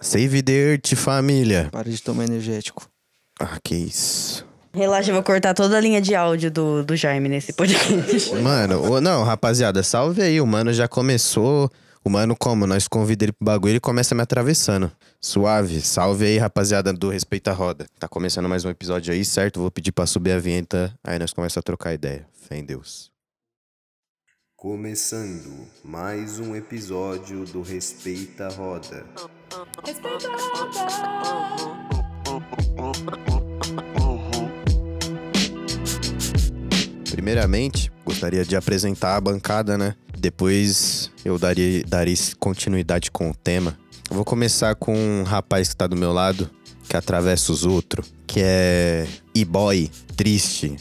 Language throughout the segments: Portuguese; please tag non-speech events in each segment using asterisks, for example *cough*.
Save the Earth, família. Para de tomar energético. Ah, que isso. Relaxa, eu vou cortar toda a linha de áudio do, do Jaime nesse podcast. Mano, ô, não, rapaziada, salve aí. O mano já começou. O mano, como? Nós convida ele pro bagulho e ele começa me atravessando. Suave. Salve aí, rapaziada do Respeita a Roda. Tá começando mais um episódio aí, certo? Vou pedir pra subir a vinheta. Aí nós começamos a trocar ideia. Fé em Deus. Começando mais um episódio do Respeita a Roda. Primeiramente, gostaria de apresentar a bancada, né? Depois eu daria, daria continuidade com o tema. Eu vou começar com um rapaz que tá do meu lado, que atravessa os outros, que é e-boy, triste,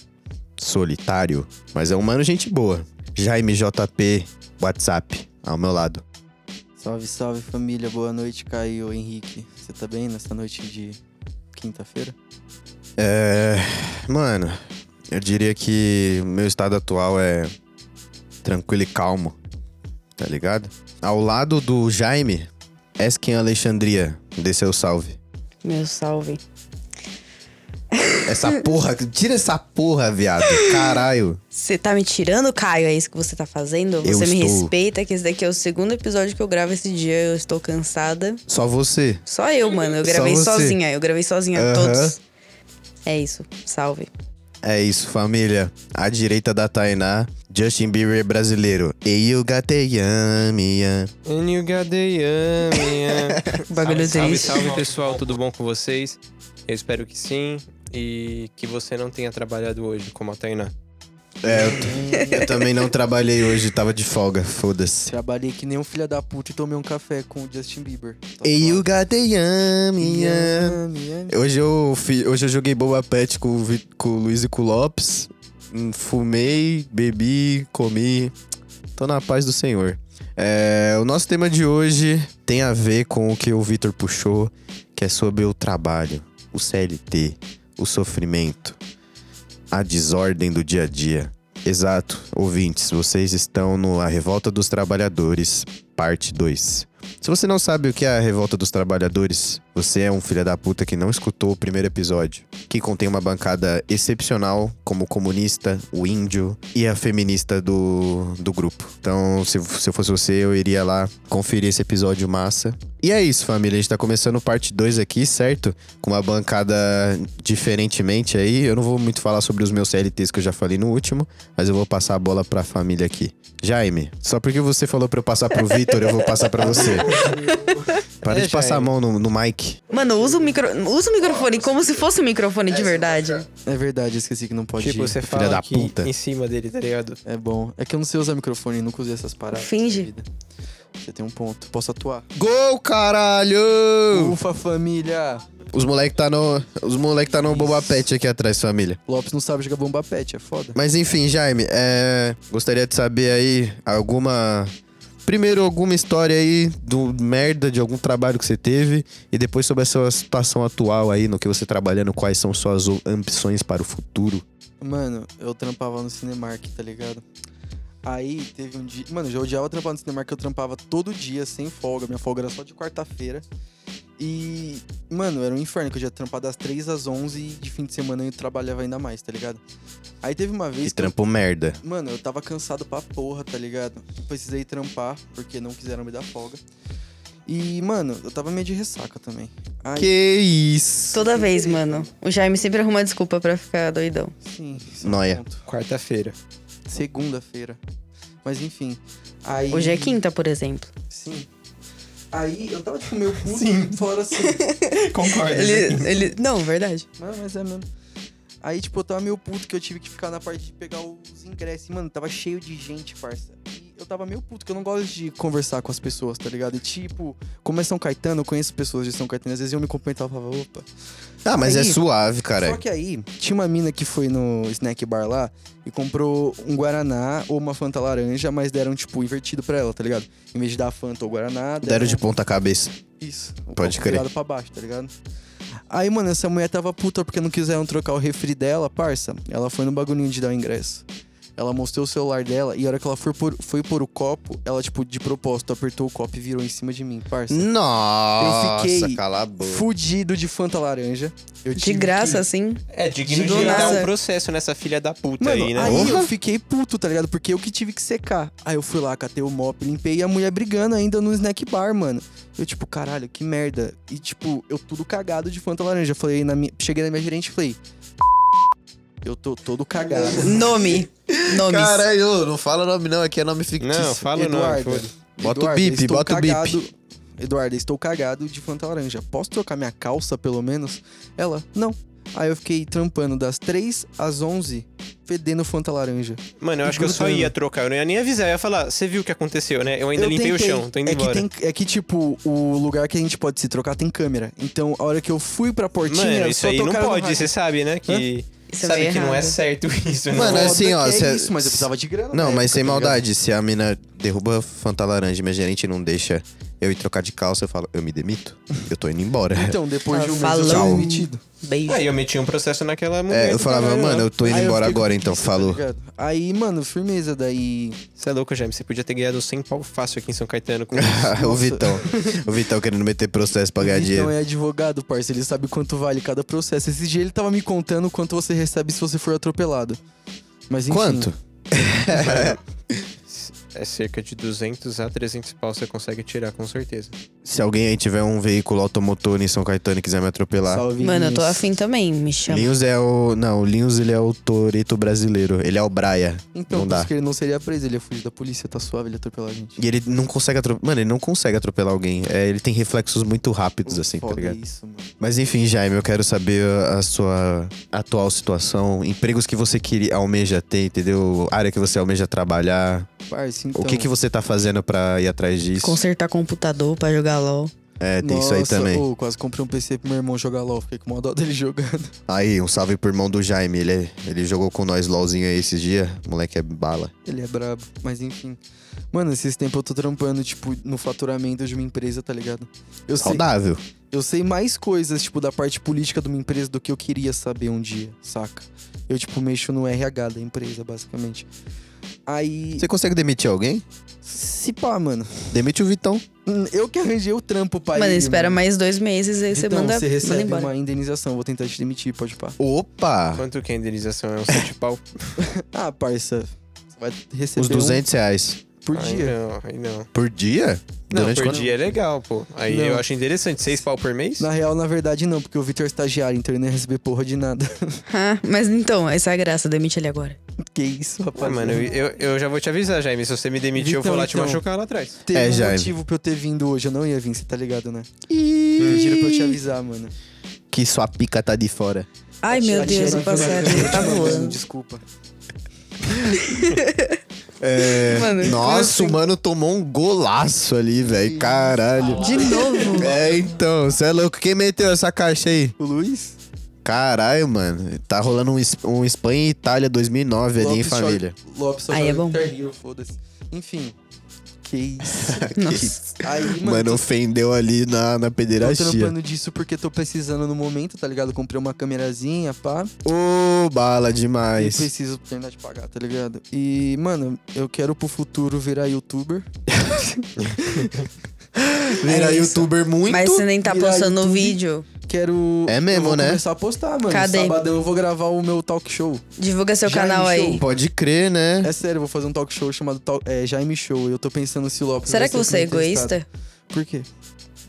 solitário, mas é humano gente boa. Jaime JP, WhatsApp, ao meu lado. Salve, salve família. Boa noite, Caio, Henrique. Você tá bem nessa noite de quinta-feira? É. Mano, eu diria que meu estado atual é tranquilo e calmo, tá ligado? Ao lado do Jaime, Esquim Alexandria, dê seu salve. *laughs* Meu salve. Essa porra, tira essa porra, viado, caralho. Você tá me tirando, Caio? É isso que você tá fazendo? Você Eu me estou. respeita, que esse daqui é o segundo episódio que eu gravo esse dia. Eu estou cansada. Só você. Só eu, mano. Eu Só gravei você. sozinha. Eu gravei sozinha Aham. todos. É isso. Salve. É isso, família. À direita da Tainá, Justin Bieber brasileiro. E o Gateyamia. *laughs* Bagulho Salve, triste. salve pessoal, tudo bom com vocês? Eu espero que sim e que você não tenha trabalhado hoje como a Tainá. É, eu, t- eu também não trabalhei hoje, tava de folga, foda-se. Trabalhei que nem um filho da puta e tomei um café com o Justin Bieber. Tá E o suave. Gateyamia. Miami. Hoje eu, fi- hoje eu joguei Boba Pet com, o Vi- com o Luiz e com o Lopes. Hum, Fumei, bebi, comi. Tô na paz do Senhor. É, o nosso tema de hoje tem a ver com o que o Vitor puxou, que é sobre o trabalho, o CLT, o sofrimento, a desordem do dia a dia. Exato, ouvintes, vocês estão no A Revolta dos Trabalhadores, parte 2. Se você não sabe o que é a revolta dos trabalhadores, você é um filho da puta que não escutou o primeiro episódio, que contém uma bancada excepcional, como o comunista, o índio e a feminista do, do grupo. Então, se, se eu fosse você, eu iria lá conferir esse episódio massa. E é isso, família. A gente tá começando parte 2 aqui, certo? Com uma bancada diferentemente aí. Eu não vou muito falar sobre os meus CLTs que eu já falei no último, mas eu vou passar a bola pra família aqui. Jaime, só porque você falou pra eu passar pro Vitor, eu vou passar pra você. Para de Deixa passar a ele. mão no, no mic. Mano, usa o, micro... usa o microfone como se fosse um microfone de verdade. É verdade, eu esqueci que não pode tipo, ir. você filha fala da aqui puta. em cima dele, tá ligado? É bom. É que eu não sei usar microfone, nunca usei essas paradas. Finge. na vida. Você tem um ponto. Posso atuar? Gol, caralho! Ufa, família! Os moleque tá no, os moleque tá no Boba Pet aqui atrás, família. Lopes não sabe jogar bomba pet, é foda. Mas enfim, Jaime, é, gostaria de saber aí alguma. Primeiro, alguma história aí do merda de algum trabalho que você teve. E depois sobre a sua situação atual aí, no que você trabalhando, quais são suas o- ambições para o futuro. Mano, eu trampava no Cinemark, tá ligado? Aí teve um dia. Mano, eu já odiava trampar no Cinemark, eu trampava todo dia, sem folga. Minha folga era só de quarta-feira. E, mano, era um inferno que eu já trampava das 3 às 11 e de fim de semana eu trabalhava ainda mais, tá ligado? Aí teve uma vez. E que eu- trampo merda. Mano, eu tava cansado pra porra, tá ligado? Eu precisei trampar, porque não quiseram me dar folga. E, mano, eu tava meio de ressaca também. Aí, Que isso! Toda vez, mano. O Jaime sempre arruma desculpa pra ficar doidão. Sim, esse é um Noia. ponto. Quarta-feira. Segunda-feira. Mas enfim. Aí... Hoje é quinta, por exemplo. Sim. Aí eu tava tipo meio puto, fora assim. Concordo. Ele, ele... Não, verdade. *laughs* Não, mas é mesmo. Aí, tipo, eu tava meio puto que eu tive que ficar na parte de pegar os ingressos. E, mano, tava cheio de gente, parça. E eu tava meio puto, que eu não gosto de conversar com as pessoas, tá ligado? E, tipo, como é São Caetano, eu conheço pessoas de São Caetano. Às vezes eu me cumprimentava e falava, opa. Ah, mas Aí- é suave, cara. Só que aí, tinha uma mina que foi no snack bar lá e comprou um Guaraná ou uma Fanta laranja, mas deram, tipo, invertido pra ela, tá ligado? Em vez de dar Fanta ou Guaraná, Deram de ponta cabeça. Isso. Um Pode crer. Virado pra baixo, tá ligado? Aí, mano, essa mulher tava puta porque não quiseram trocar o refri dela, parça. Ela foi no bagulhinho de dar o ingresso. Ela mostrou o celular dela e a hora que ela foi por, foi por o copo, ela, tipo, de propósito, apertou o copo e virou em cima de mim, parça. Nossa, Eu fiquei cala a boca. Fudido de Fanta Laranja. Eu De tive graça, assim. É, digno Do de dar nada. um processo nessa filha da que- puta Mano, aí, aí, né? eu fiquei puto, tá ligado? Porque eu que tive que secar. Aí eu fui lá, catei o mop, limpei e a mulher brigando ainda no snack bar, mano. Eu, tipo, caralho, que merda. E, tipo, eu tudo cagado de Fanta Laranja. Eu Falei na minha... Cheguei na minha gerente e falei... Eu tô todo cagado. Nome. Nomes. Caralho, não fala nome não, aqui é nome fictício. Não, fala não. Eduardo. foda-se. Bota o bip, estou bota o bip. cagado- Eduardo, estou cagado de Fanta Laranja. Posso trocar minha calça, pelo menos? Ela, não. Aí eu fiquei trampando das 3 às 11, fedendo Fanta Laranja. Mano, eu acho que eu só Grudando. ia trocar. Eu não ia nem avisar. Eu ia falar, você viu o que aconteceu, né? Eu ainda Eu limpei tentei. o chão, tô indo é embora. Que tem, é que, tipo, o lugar que a gente pode se trocar tem câmera. Então, a hora que eu fui pra portinha, Mano, isso só aí não trocaram no pode, rádio. você sabe, né? Que. Isso é sabe meio que não é errado. certo *laughs* isso, né? Mano, Foda assim, que ó, é cê- isso, mas eu precisava de grana. Não, na mas época, sem tá ligado? maldade, se a mina derruba Fanta Laranja e minha gerente não deixa eu ir trocar de calça, eu falo, eu me demito, eu tô indo embora. Então, depois Ah, de um mês eu falou. tinha demitido. Beijo. Aí eu meti um processo naquela mulher. É, eu do falava, caralho lá. mano, eu tô indo né? Aí eu embora fiquei com agora, então, preguiça, tá *laughs* falou. ligado? Aí, mano, firmeza. Daí, Você é louco, Jaime. Você podia ter ganhado 100 pau fácil aqui em São Caetano com *laughs* Ah, o Vitão. O Vitão querendo meter processo pra ganhar Então dinheiro. é advogado, parça. Ele sabe quanto vale cada processo. Esse dia ele tava me contando quanto você recebe se você for atropelado. Mas enfim. Quanto? É cerca de 200 a 300 pau você consegue tirar, com certeza. Se alguém aí tiver um veículo automotor em São Caetano e quiser me atropelar. Salve, Mano, eu tô Vinícius. afim também, me chama. Linhos é o. Não, o Linhos ele é o Toreto brasileiro. Ele é o Braia. Então, Não por dá. isso que ele não seria preso. Ele ia fugir da polícia, tá suave, ele ia atropelar a gente. E ele não consegue atropelar. Mano, ele não consegue atropelar alguém. É, ele tem reflexos muito rápidos, assim, tá Foda ligado? isso, mano. Mas enfim, Jaime, eu quero saber a sua atual situação, empregos que você queria, almeja ter, entendeu? Área que você almeja trabalhar. Parça, então... o que, que você tá fazendo pra ir atrás disso? Consertar computador pra jogar LOL. É, tem isso aí Nossa, também. ô, quase comprei um PC pro meu irmão jogar LOL. Fiquei com mó dó dele *laughs* jogando. Aí, um salve pro irmão do Jaime. Ele, é, ele jogou com nós LOLzinho aí esses dias. Moleque é bala. Ele é brabo. Mas enfim. Mano, esses tempos eu tô trampando, tipo, no faturamento de uma empresa, tá ligado? Eu sei, Saudável. Eu sei mais coisas, tipo, da parte política de uma empresa do que eu queria saber um dia, saca? Eu, tipo, mexo no RH da empresa, basicamente. Aí, Você consegue demitir alguém? se pá, mano. Demite o Vitão. Hum, Eu que arranjei o trampo pra Mano, ele. espera mano. mais dois meses aí você Então, manda, você manda recebe embora. uma indenização. Vou tentar te demitir, pode pá. Opa! Quanto que a indenização é? Um 7 pau? Ah, parça. Você vai receber Uns 200 reais. um por Aí dia. não, aí não. Por dia? Não, Durante por quanto- dia é legal, pô. Aí Não. eu acho interessante. 6 pau por mês? Na real, na verdade, não, porque o Vitor é estagiário, então ele não ia receber porra de nada. *laughs* Ah, mas então, essa é a graça, demite ele agora. que isso, Ah, rapaz. mano, eu, eu, eu já vou te avisar, Jaime. Se você me demitir, eu vou Então, lá então. te machucar lá atrás. Teve É, um Jaime. motivo pra eu ter vindo hoje. Eu não ia vir, você tá ligado, né? Mentira pra eu te avisar, mano. Que sua pica tá de fora. Ai, meu A tia Deus, não o foi passado mais- dele tá Mano, voando. Desculpa. É. *laughs* Mano, assim? Nossa, o mano tomou um golaço ali, velho. Caralho. De novo? É, então, você é louco. Quem meteu essa caixa aí? O Luiz? Caralho, mano. Tá rolando um, Es- um Espanha e Itália 2009 ali em Lopes família. *laughs* joga- Lopes só Aí é joga bom. Guitar Hero, foda-se. Enfim. Que isso. *laughs* Nossa. Aí, mano, é Mano, um tô- ofendeu ali na, na tô pederastia. trampando disso porque tô precisando no momento, tá ligado? Comprei uma câmerazinha, pá. Ô, bala É E demais. preciso terminar de pagar, tá ligado? E, mano, eu quero pro futuro virar youtuber. Virar É isso. youtuber muito. Mas você nem tá virar postando o YouTube. vídeo. Quero. É mesmo, eu vou né? começar a postar, mano. Cadê? Sabadão eu vou gravar o meu talk show. Divulga seu Já canal iniciou? aí. Pode crer, né? É sério, eu vou fazer um talk show chamado tal, é, Jaime Show. E eu tô pensando se o Lopes. Será vai que ser você é também testado. egoísta? Por quê?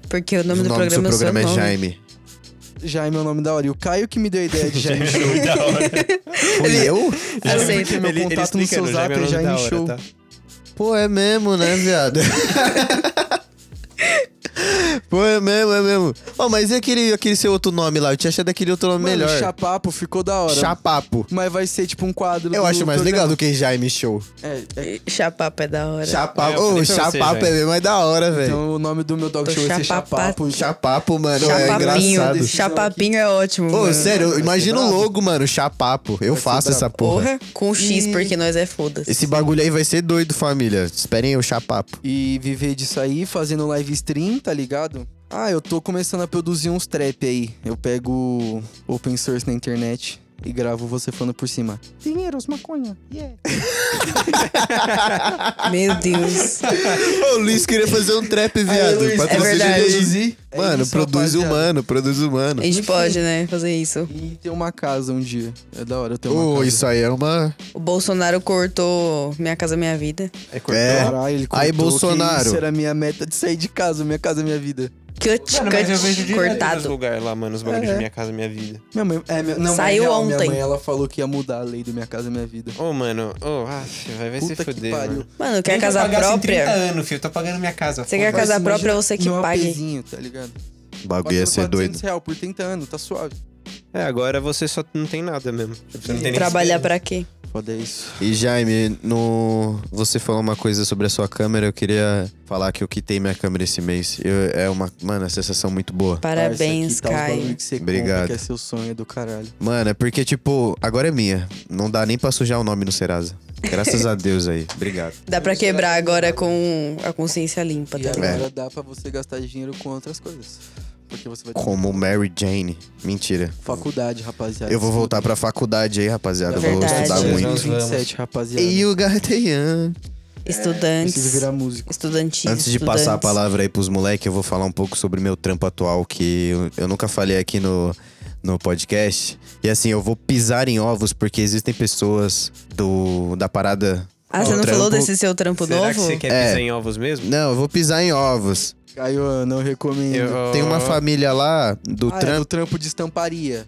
Porque o nome, do seu programa, é o seu programa é nome. Jaime. Jaime é o nome da hora. E o Caio que me deu a ideia *laughs* de é Jaime Show. Fui eu? *laughs* Aceito. Meu Ele- ele contato no explica seu zap Jaime é é da Jaime hora, Show. tá? Pô, é mesmo, né, viado? Pô, é mesmo, é mesmo. Ó, mas e aquele, aquele seu outro nome lá? Eu tinha achado aquele outro nome Mano, melhor. Chapapo ficou da hora. Chapapo. Mas vai ser tipo um quadro. Eu do acho mais programa. legal do que Jaime Show. É, é- Chapapa é da hora. É, Chapapo. eu Ô, falei pra você, Chapapo é Jaime. bem mais da hora, velho. Então o nome do meu talk Tô show vai ser chapapa- Chapapo. Chapapo, mano, é Chapapinho. engraçado. Chapapinho é ótimo. Ô, mano. sério, ser imagina o brabo. logo, mano, Chapapo. Eu Vai ser faço essa brabo. porra. Porra, com X, E- porque nós é foda-se. Esse bagulho aí vai ser doido, família. Esperem o *laughs* Chapapo. E viver disso aí, fazendo live stream, tá ligado? Ah, eu tô começando a produzir uns trap aí. Eu pego open source na internet. e gravo você falando por cima. Dinheiros, maconha. Yeah. Meu Deus. Ô, o Luiz queria fazer um trap, viado. Luiz, Patrocina é verdade. ele aí. É Mano, isso, produz rapaziada. humano, produz humano. A gente pode, né, fazer isso. E ter uma casa um dia. É da hora eu ter uma Ô, casa. isso aí é uma. O Bolsonaro cortou Minha Casa Minha Vida. É É. Caralho, ele Aí, contou que Bolsonaro. Isso era a minha meta de sair de casa, minha casa, minha vida. Cut, Mano, mas eu vejo cut, direto nos cortado. lugares lá, mano, os bagulhos É. de Minha Casa Minha Vida. Minha mãe, é, minha, não, Saiu é real, Minha ontem. mãe, ela falou que ia mudar a lei do Minha Casa Minha Vida. Ô, mano, ô, af, vai, vai se Puta que fuder, pariu. mano. Mano, Nem quer que eu casa pagasse 30 própria? anos, filho, eu tô pagando minha casa. Você quer foda-se. casa Mas própria, imagina você que meu pague. APzinho, tá ligado? O bagulho ia Pagando ser 400 doido. real por 30 anos, tá suave. É, agora você só não tem nada mesmo. Tipo, Você não tem nem Trabalhar pra quê? Foda é isso. E Jaime, no... você falou uma coisa sobre a sua câmera. Eu queria falar que eu quitei minha câmera esse mês. Eu- É uma. Mano, é uma sensação muito boa. Parabéns, Parça, aqui Tá os Caio. bagulho que você Obrigado. Compra, que é seu sonho é do caralho. Mano, é porque, tipo, agora é minha. Não dá nem pra sujar o nome no Serasa. Graças a Deus aí. Obrigado. Dá pra quebrar agora com a consciência limpa, E tá ligado? agora dá pra você gastar dinheiro com outras coisas. Porque você vai ter Como Mary Jane. Mentira. faculdade, rapaziada. É Eu vou voltar pra faculdade aí, rapaziada. Eu vou Verdade. estudar Vocês vão muito. 27, rapaziada. E o Gartean. Estudantes, Preciso virar músico. estudantis, Antes de passar a estudantes. palavra aí pros moleques, eu vou falar um pouco sobre meu trampo atual, que eu, eu nunca falei aqui no, no podcast. E assim, eu vou pisar em ovos, porque existem pessoas do da parada. Ah, você do não trampo- falou desse seu trampo Será novo? que você quer É. pisar em ovos mesmo? Não, eu vou pisar em ovos. Caio, eu não recomendo. Eu- Tem uma família lá do Ah, é trampo. do trampo de estamparia.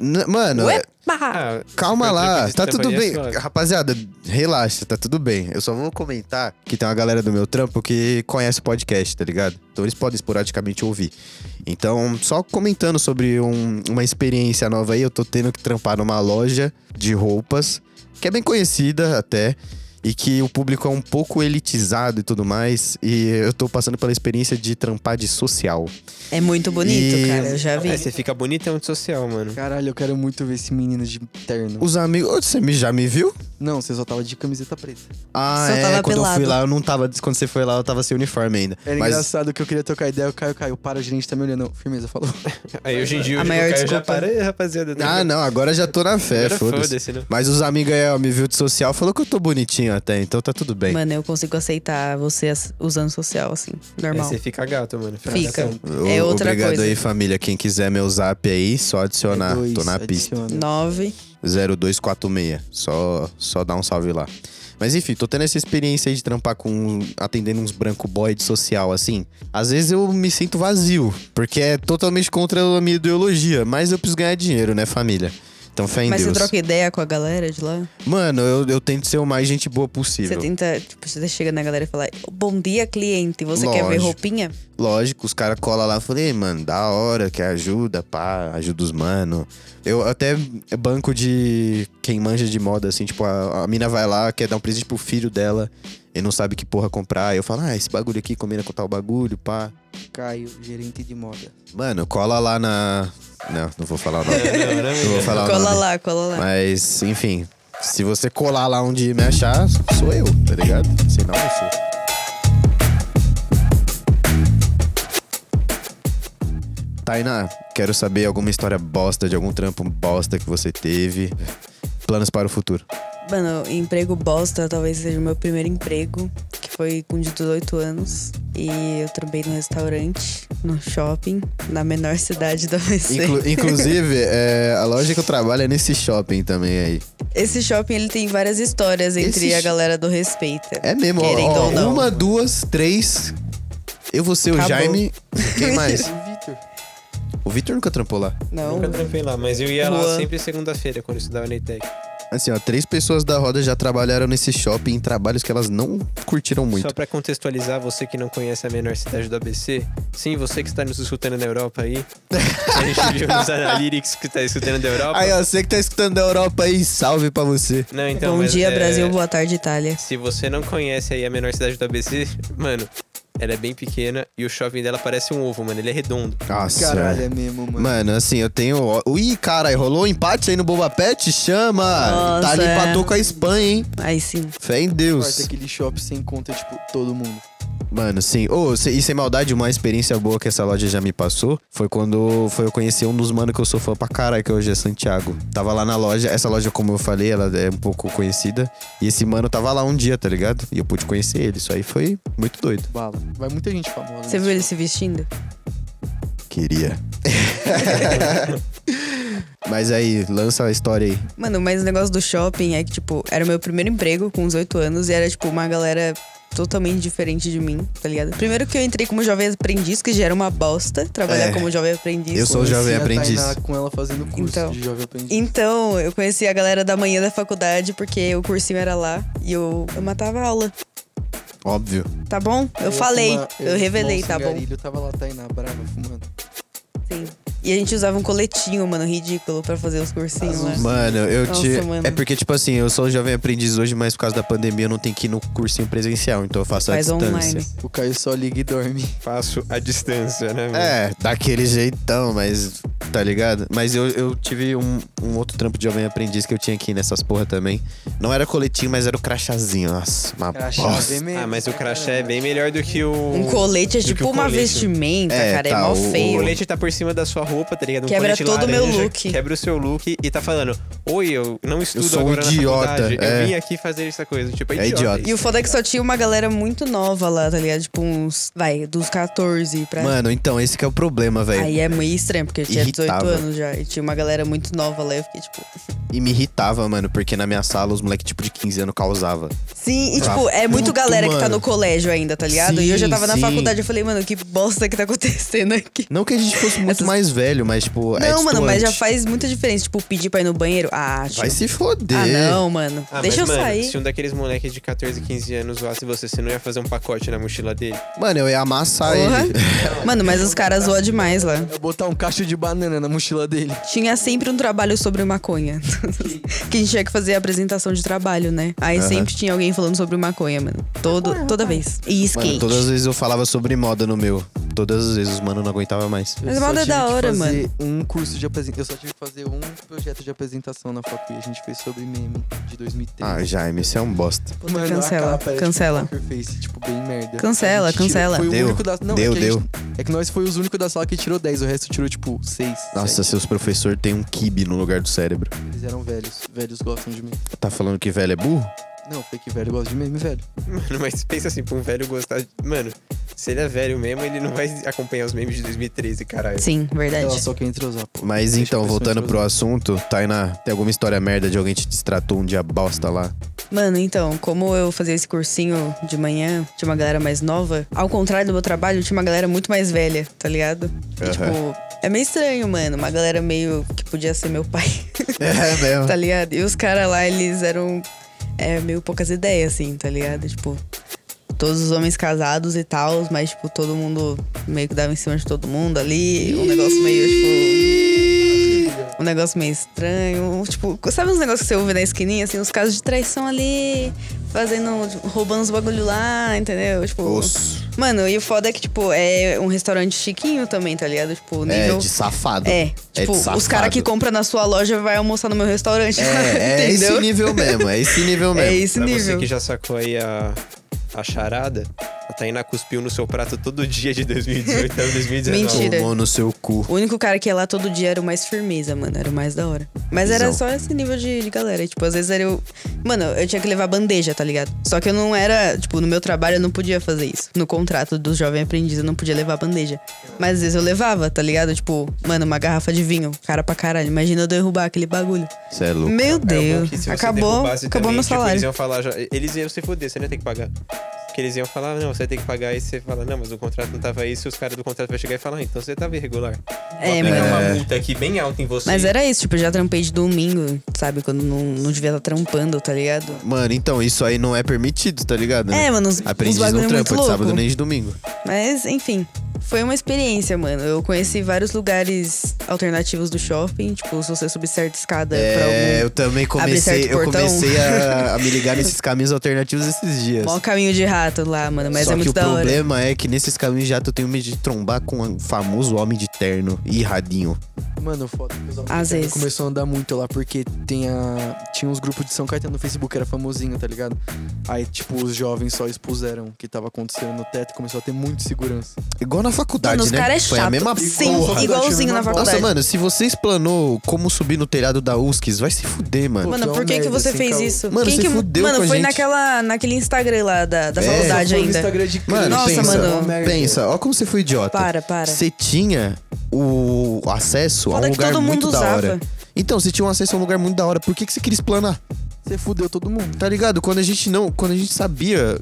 N- Mano, Ué? Ah, Calma Super lá, Trip tá tudo Estamparia bem. é suave. Rapaziada, relaxa, tá tudo bem. Eu só vou comentar que tem uma galera do meu trampo que conhece o podcast, tá ligado? Então eles podem esporadicamente ouvir. Então, só comentando sobre um- uma experiência nova aí, eu tô tendo que trampar numa loja de roupas, que é bem conhecida até, e que o público é um pouco elitizado e tudo mais. E eu tô passando pela experiência de trampar de social. É muito bonito, E- cara, eu já vi. é, você fica bonitão de social, mano. Caralho, eu quero muito ver esse menino de terno. Os amigos. Ô, Você me- já me viu? Não, você só tava de camiseta preta. Ah, Só é, tava quando eu fui pelado. lá, eu não tava. Quando você foi lá, eu tava sem uniforme ainda. Era Mas É engraçado que eu queria trocar ideia, o Caio caiu. Para, o gerente tá me olhando. Firmeza, falou. Aí hoje em dia A o maior Caio já desculpa. para, "Ei, rapaziada. tá Ah, ligado?" não, agora já tô na fé, Agora foda-se. foda-se, né? Mas os amigos aí, ó, me viu de social, falou que eu tô bonitinho até, então tá tudo bem. Mano, eu consigo aceitar você as- usando social, assim, Aí normal. você fica gato, mano. Fica. gatão. O- É outra Obrigado coisa. aí, família. Quem quiser meu zap aí, só adicionar. É Dois, tô na pista. adiciona. Nove. 0246. Só, só dá um salve lá. Mas enfim, tô tendo essa experiência aí de trampar com. um, atendendo uns branco boy de social, assim. Às vezes eu me sinto vazio, porque é totalmente contra a minha ideologia. Mas eu preciso ganhar dinheiro, né, família? Então fé em Mas Deus. você troca ideia com a galera de lá? Mano, eu, eu tento ser o mais gente boa possível. Você tenta, tipo, você chega na galera e fala: Bom dia, cliente, você quer ver Lógico. roupinha? Lógico, os caras colam lá e falam, ei, mano, da hora, quer ajuda, pá, ajuda os mano. Eu até banco de quem manja de moda, assim, tipo, a, a mina vai lá, quer dar um presente pro filho dela e não sabe que porra comprar. Eu falo, ah, esse bagulho aqui combina com tal bagulho, pá. Caio, gerente de moda. Mano, cola lá na. Não, não vou falar o nome. *laughs* Não, é não, não, não vou não. falar o cola nome. lá, cola lá. Mas, enfim, se você colar lá onde me achar, sou eu, tá ligado? Senão eu sou. Tainá, quero saber alguma história bosta de algum trampo bosta que você teve. Planos para o futuro. Mano, emprego bosta talvez seja o meu primeiro emprego, que foi com 18 anos. E eu trampei num restaurante, num shopping, na menor cidade da ABC. Inclu- inclusive, *laughs* é, a loja que eu trabalho é nesse shopping também aí. Esse shopping ele tem várias histórias entre Esse a sh- galera do Respeita. É mesmo, ó, Querendo ó, ou não. Uma, duas, três. Eu vou ser o Acabou. Jaime. *laughs* Quem mais? O Vitor. O Vitor nunca trampou lá. Não. Nunca trampei lá, mas eu ia lá Então, Juan. sempre segunda-feira, quando eu estudava na ITEC. Assim, ó, três pessoas da roda já trabalharam nesse shopping em trabalhos que elas não curtiram muito. Só pra contextualizar, você que não conhece a menor cidade do ABC, sim, você que está nos escutando na *laughs* Europa aí, a gente viu nos analytics que está escutando da Europa. Aí, ó, você que tá escutando da Europa aí, salve pra você. Não, então, Bom mas, dia, é, Brasil. Boa tarde, Itália. Se você não conhece aí a menor cidade do ABC, mano, ela é bem pequena e o shopping dela parece um ovo, mano. Ele é redondo. Nossa. Caralho, é mesmo, mano. Mano, assim, eu tenho. ó- Ih, caralho, rolou um empate aí no Boba Pet? Chama! Tá Nossa, Itália é. empatou com a Espanha, hein? Aí sim. Fé em Corta Deus. aquele shopping sem conta, tipo, todo mundo. Mano, sim. Ô, se- e sem maldade, uma experiência boa que essa loja já me passou foi quando foi eu conhecer um dos mano que eu sou fã pra caralho, que hoje é Santiago. Tava lá na loja. Essa loja, como eu falei, ela é um pouco conhecida. E esse mano tava lá um dia, tá ligado? E eu pude conhecer ele. Isso aí foi muito doido. Bala. Vai muita gente famosa. né? Tipo, nesse Você viu ele show. se vestindo? Queria. *laughs* Mas aí, lança a história aí. Mano, mas o negócio do shopping é que, tipo, era o meu primeiro emprego com os oito anos e era, tipo, uma galera totalmente diferente de mim, tá ligado? Primeiro que eu entrei como jovem aprendiz, que já era uma bosta trabalhar É. como jovem aprendiz. Eu sou Conheci jovem a aprendiz. Tainá com ela fazendo curso Então. de jovem aprendiz. Então, eu conheci a galera da manhã da faculdade porque o cursinho era lá e eu, eu matava a aula. Óbvio. Tá bom? Eu, ia falei, fumar- eu, ia revelei, fumar tá um bom? cigarilho, tava lá, Tainá, brava, fumando. Sim. E a gente usava um coletinho, mano, ridículo, pra fazer os cursinhos lá. Mano, eu Nossa, te. mano. É porque, tipo assim, eu sou jovem aprendiz hoje, mas por causa da pandemia eu não tenho que ir no cursinho presencial, então eu faço Faz a distância. online. O Caio só liga e dorme. Faço a distância, né? mano? É, daquele jeitão, mas. Tá ligado? Mas eu, eu tive um, um outro trampo de jovem aprendiz que eu tinha aqui nessas porra também. Não era coletinho, mas era o crachazinho. Nossa, uma Crachá bosta. é bem é né? mesmo. Ah, mas o crachá é bem melhor do que o. Um colete é do que tipo o uma colete. vestimenta, É, cara. tá, é mó o- O feio. colete tá por cima da sua roupa, tá ligado? Um Quebra colete todo o meu laranja, look. Quebra o seu look e tá falando: Oi, eu não estudo sou um agora na idiota, faculdade, é. Eu vim aqui fazer essa coisa. Tipo, é É idiota. idiota. isso. E o foda é que só tinha uma galera muito nova lá, tá ligado? Tipo uns. Vai, dos 14 pra. Mano, então, esse que é o problema, velho. Aí é meio estranho, porque eu tinha 18 Irritava. anos já. E tinha uma galera muito nova lá. Eu fiquei tipo. E me irritava, mano, porque na minha sala os moleque tipo de 15 anos causava. Sim, e Tá tipo, é muito puto, galera que tá mano. no colégio ainda, tá ligado? e eu já Sim, tava na sim. faculdade. Eu falei, mano, que bosta que tá acontecendo aqui. Não que a gente fosse muito Essas- mais velho, mas, tipo, é Não, mano, mas já distoante. faz muita diferença. Tipo, pedir pra ir no banheiro. Ah, tio. Vai se foder. Ah, não, mano. Ah, Deixa mas, eu mano, sair. Se um daqueles moleques de 14, 15 anos zoasse você, você não ia fazer um pacote na mochila dele? Mano, eu ia amassar Porra. ele. Mano, mas os caras zoam demais lá. É botar um cacho de banana na mochila dele. Tinha sempre um trabalho sobre maconha. *laughs* que a gente tinha que fazer a apresentação de trabalho, né? Aí Aham. sempre tinha alguém falando sobre maconha, mano. Todo, toda vez. E skate. Mano, todas as vezes eu falava sobre moda no meu. Todas as vezes os mano não aguentava mais. Mas Eu só moda é tive da que hora, fazer Um curso de apresentação. Eu só tive que fazer um projeto de apresentação na faculdade. A gente fez sobre meme de 2003. Ah, Jaime, você é um bosta. Puta, Mano, a cancela, capa era, cancela. Tipo, pokerface, tipo, bem merda. Cancela, A gente tirou- cancela. Foi Deu, o único da... Não, deu, é que a gente- É que nós foi os únicos da sala que tirou 10, o resto tirou, tipo, 6. Nossa, seus professores têm um kibe no lugar do cérebro. Eles eram velhos. Velhos gostam de mim. Tá falando que velho é burro? Não, foi que velho gosta de meme, velho. Mano, mas pensa assim, pra um velho gostar. de- Mano, se ele é velho mesmo, ele não vai acompanhar os memes de 2013, caralho. Sim, Ela verdade. só quer entrosar, pô. Mas Deixa a então, pessoa voltando pro entrosar. assunto, Tainá, tem alguma história merda de alguém que te destratou um dia bosta *laughs* lá? Mano, então, como eu fazia esse cursinho de manhã, tinha uma galera mais nova. Ao contrário do meu trabalho, tinha uma galera muito mais velha, tá ligado? E, Aham. tipo, é meio estranho, mano. Uma galera meio que podia ser *laughs* meu pai. É mesmo. tá ligado? E os caras lá, eles eram é, meio poucas ideias, assim, tá ligado? Tipo, todos os homens casados e tal, mas, tipo, todo mundo meio que dava em cima de todo mundo ali. Um negócio meio, tipo. Um negócio meio estranho. Tipo, sabe uns negócios que você ouve na esquininha, assim, os casos de traição ali, fazendo. tipo, roubando os bagulho lá, entendeu? Tipo. Osso. Mano, e o foda é que, tipo, é um restaurante chiquinho também, tá ligado? Tipo, nível. É, de safado. É, de tipo, os safado. caras que compram na sua loja vai almoçar no meu restaurante. *laughs* É, é entendeu? esse nível mesmo, é esse nível *laughs* é mesmo. esse pra nível. você que já sacou aí a, a charada, a Tainá cuspiu no seu prato todo dia de 2018 até 2019. Mentira. Tomou no seu cu. O único cara que ia lá todo dia era o mais firmeza, mano. Era o mais da hora. Mas era Visão. só esse nível de, de galera. E, tipo, às vezes era eu. Mano, eu tinha que levar bandeja, tá ligado? Só que eu não era. Tipo, no meu trabalho eu não podia fazer isso. No contrato do jovem aprendiz eu não podia levar bandeja. Mas às vezes eu levava, tá ligado? Tipo, mano, uma garrafa de vinho. Cara pra caralho. Imagina eu derrubar aquele bagulho. Você é louco. Meu É, o bom é Deus. que se você acabou derrubasse acabou também, meu tipo, salário. eles iam falar, já, eles iam se foder, você não ia ter que pagar. Porque eles iam falar, não, você vai ter que pagar. E você fala, não, mas o contrato não tava isso. E os caras do contrato vão chegar e falar, ah, então você tava irregular. É, Vou aplicar mano. uma multa aqui bem alta em você. Mas era isso, tipo, eu já trampei de domingo, sabe? Quando não, não devia estar trampando, tá ligado? Mano, então, isso aí não é permitido, tá ligado? É, mano, uns, uns Aprendiz bagulho não muito trampa de louco. sábado nem de domingo. Mas, enfim, foi uma experiência, mano. Eu conheci vários lugares alternativos do shopping. Tipo, se você subir certa escada pra É, algum eu também certo comecei, eu portão. comecei a, a me *laughs* ligar nesses caminhos alternativos esses dias. maior caminho de rato lá, mano. Mas Só é que muito o da hora. problema é que nesses caminhos já tu tenho medo de trombar com o famoso homem de terno e radinho. Mano, foda. que os alunos Às é internos vezes. Começou a andar muito lá, porque tem a- tinha uns grupos de São Caetano no Facebook, era famosinho, tá ligado? Aí, tipo, os jovens só expuseram o que tava acontecendo no teto e começou a ter muito segurança. Igual na faculdade, mano, os né? caras é chato. Foi a mesma Sim, porra. igualzinho na Nossa, Nossa, faculdade. mano, se você explanou como subir no telhado da USCIS, vai se fuder, mano. Pô, Mano, tu é por um que, que merda, você assim, fez cara. isso? Mano, Quem você que... fudeu mano com a foi gente. naquela, naquele Instagram lá da, da É. faculdade Só foi no ainda. Instagram de criança. Mano, Nossa, pensa, mano. Uma merda. pensa, ó como você foi idiota. Para, para. Você tinha o acesso Foda a um que lugar todo muito mundo da usava. hora. Então, você tinha um acesso a um lugar muito da hora. Por que, que você queria explanar? Você fudeu todo mundo. Tá ligado? Quando a gente não. Quando a gente sabia.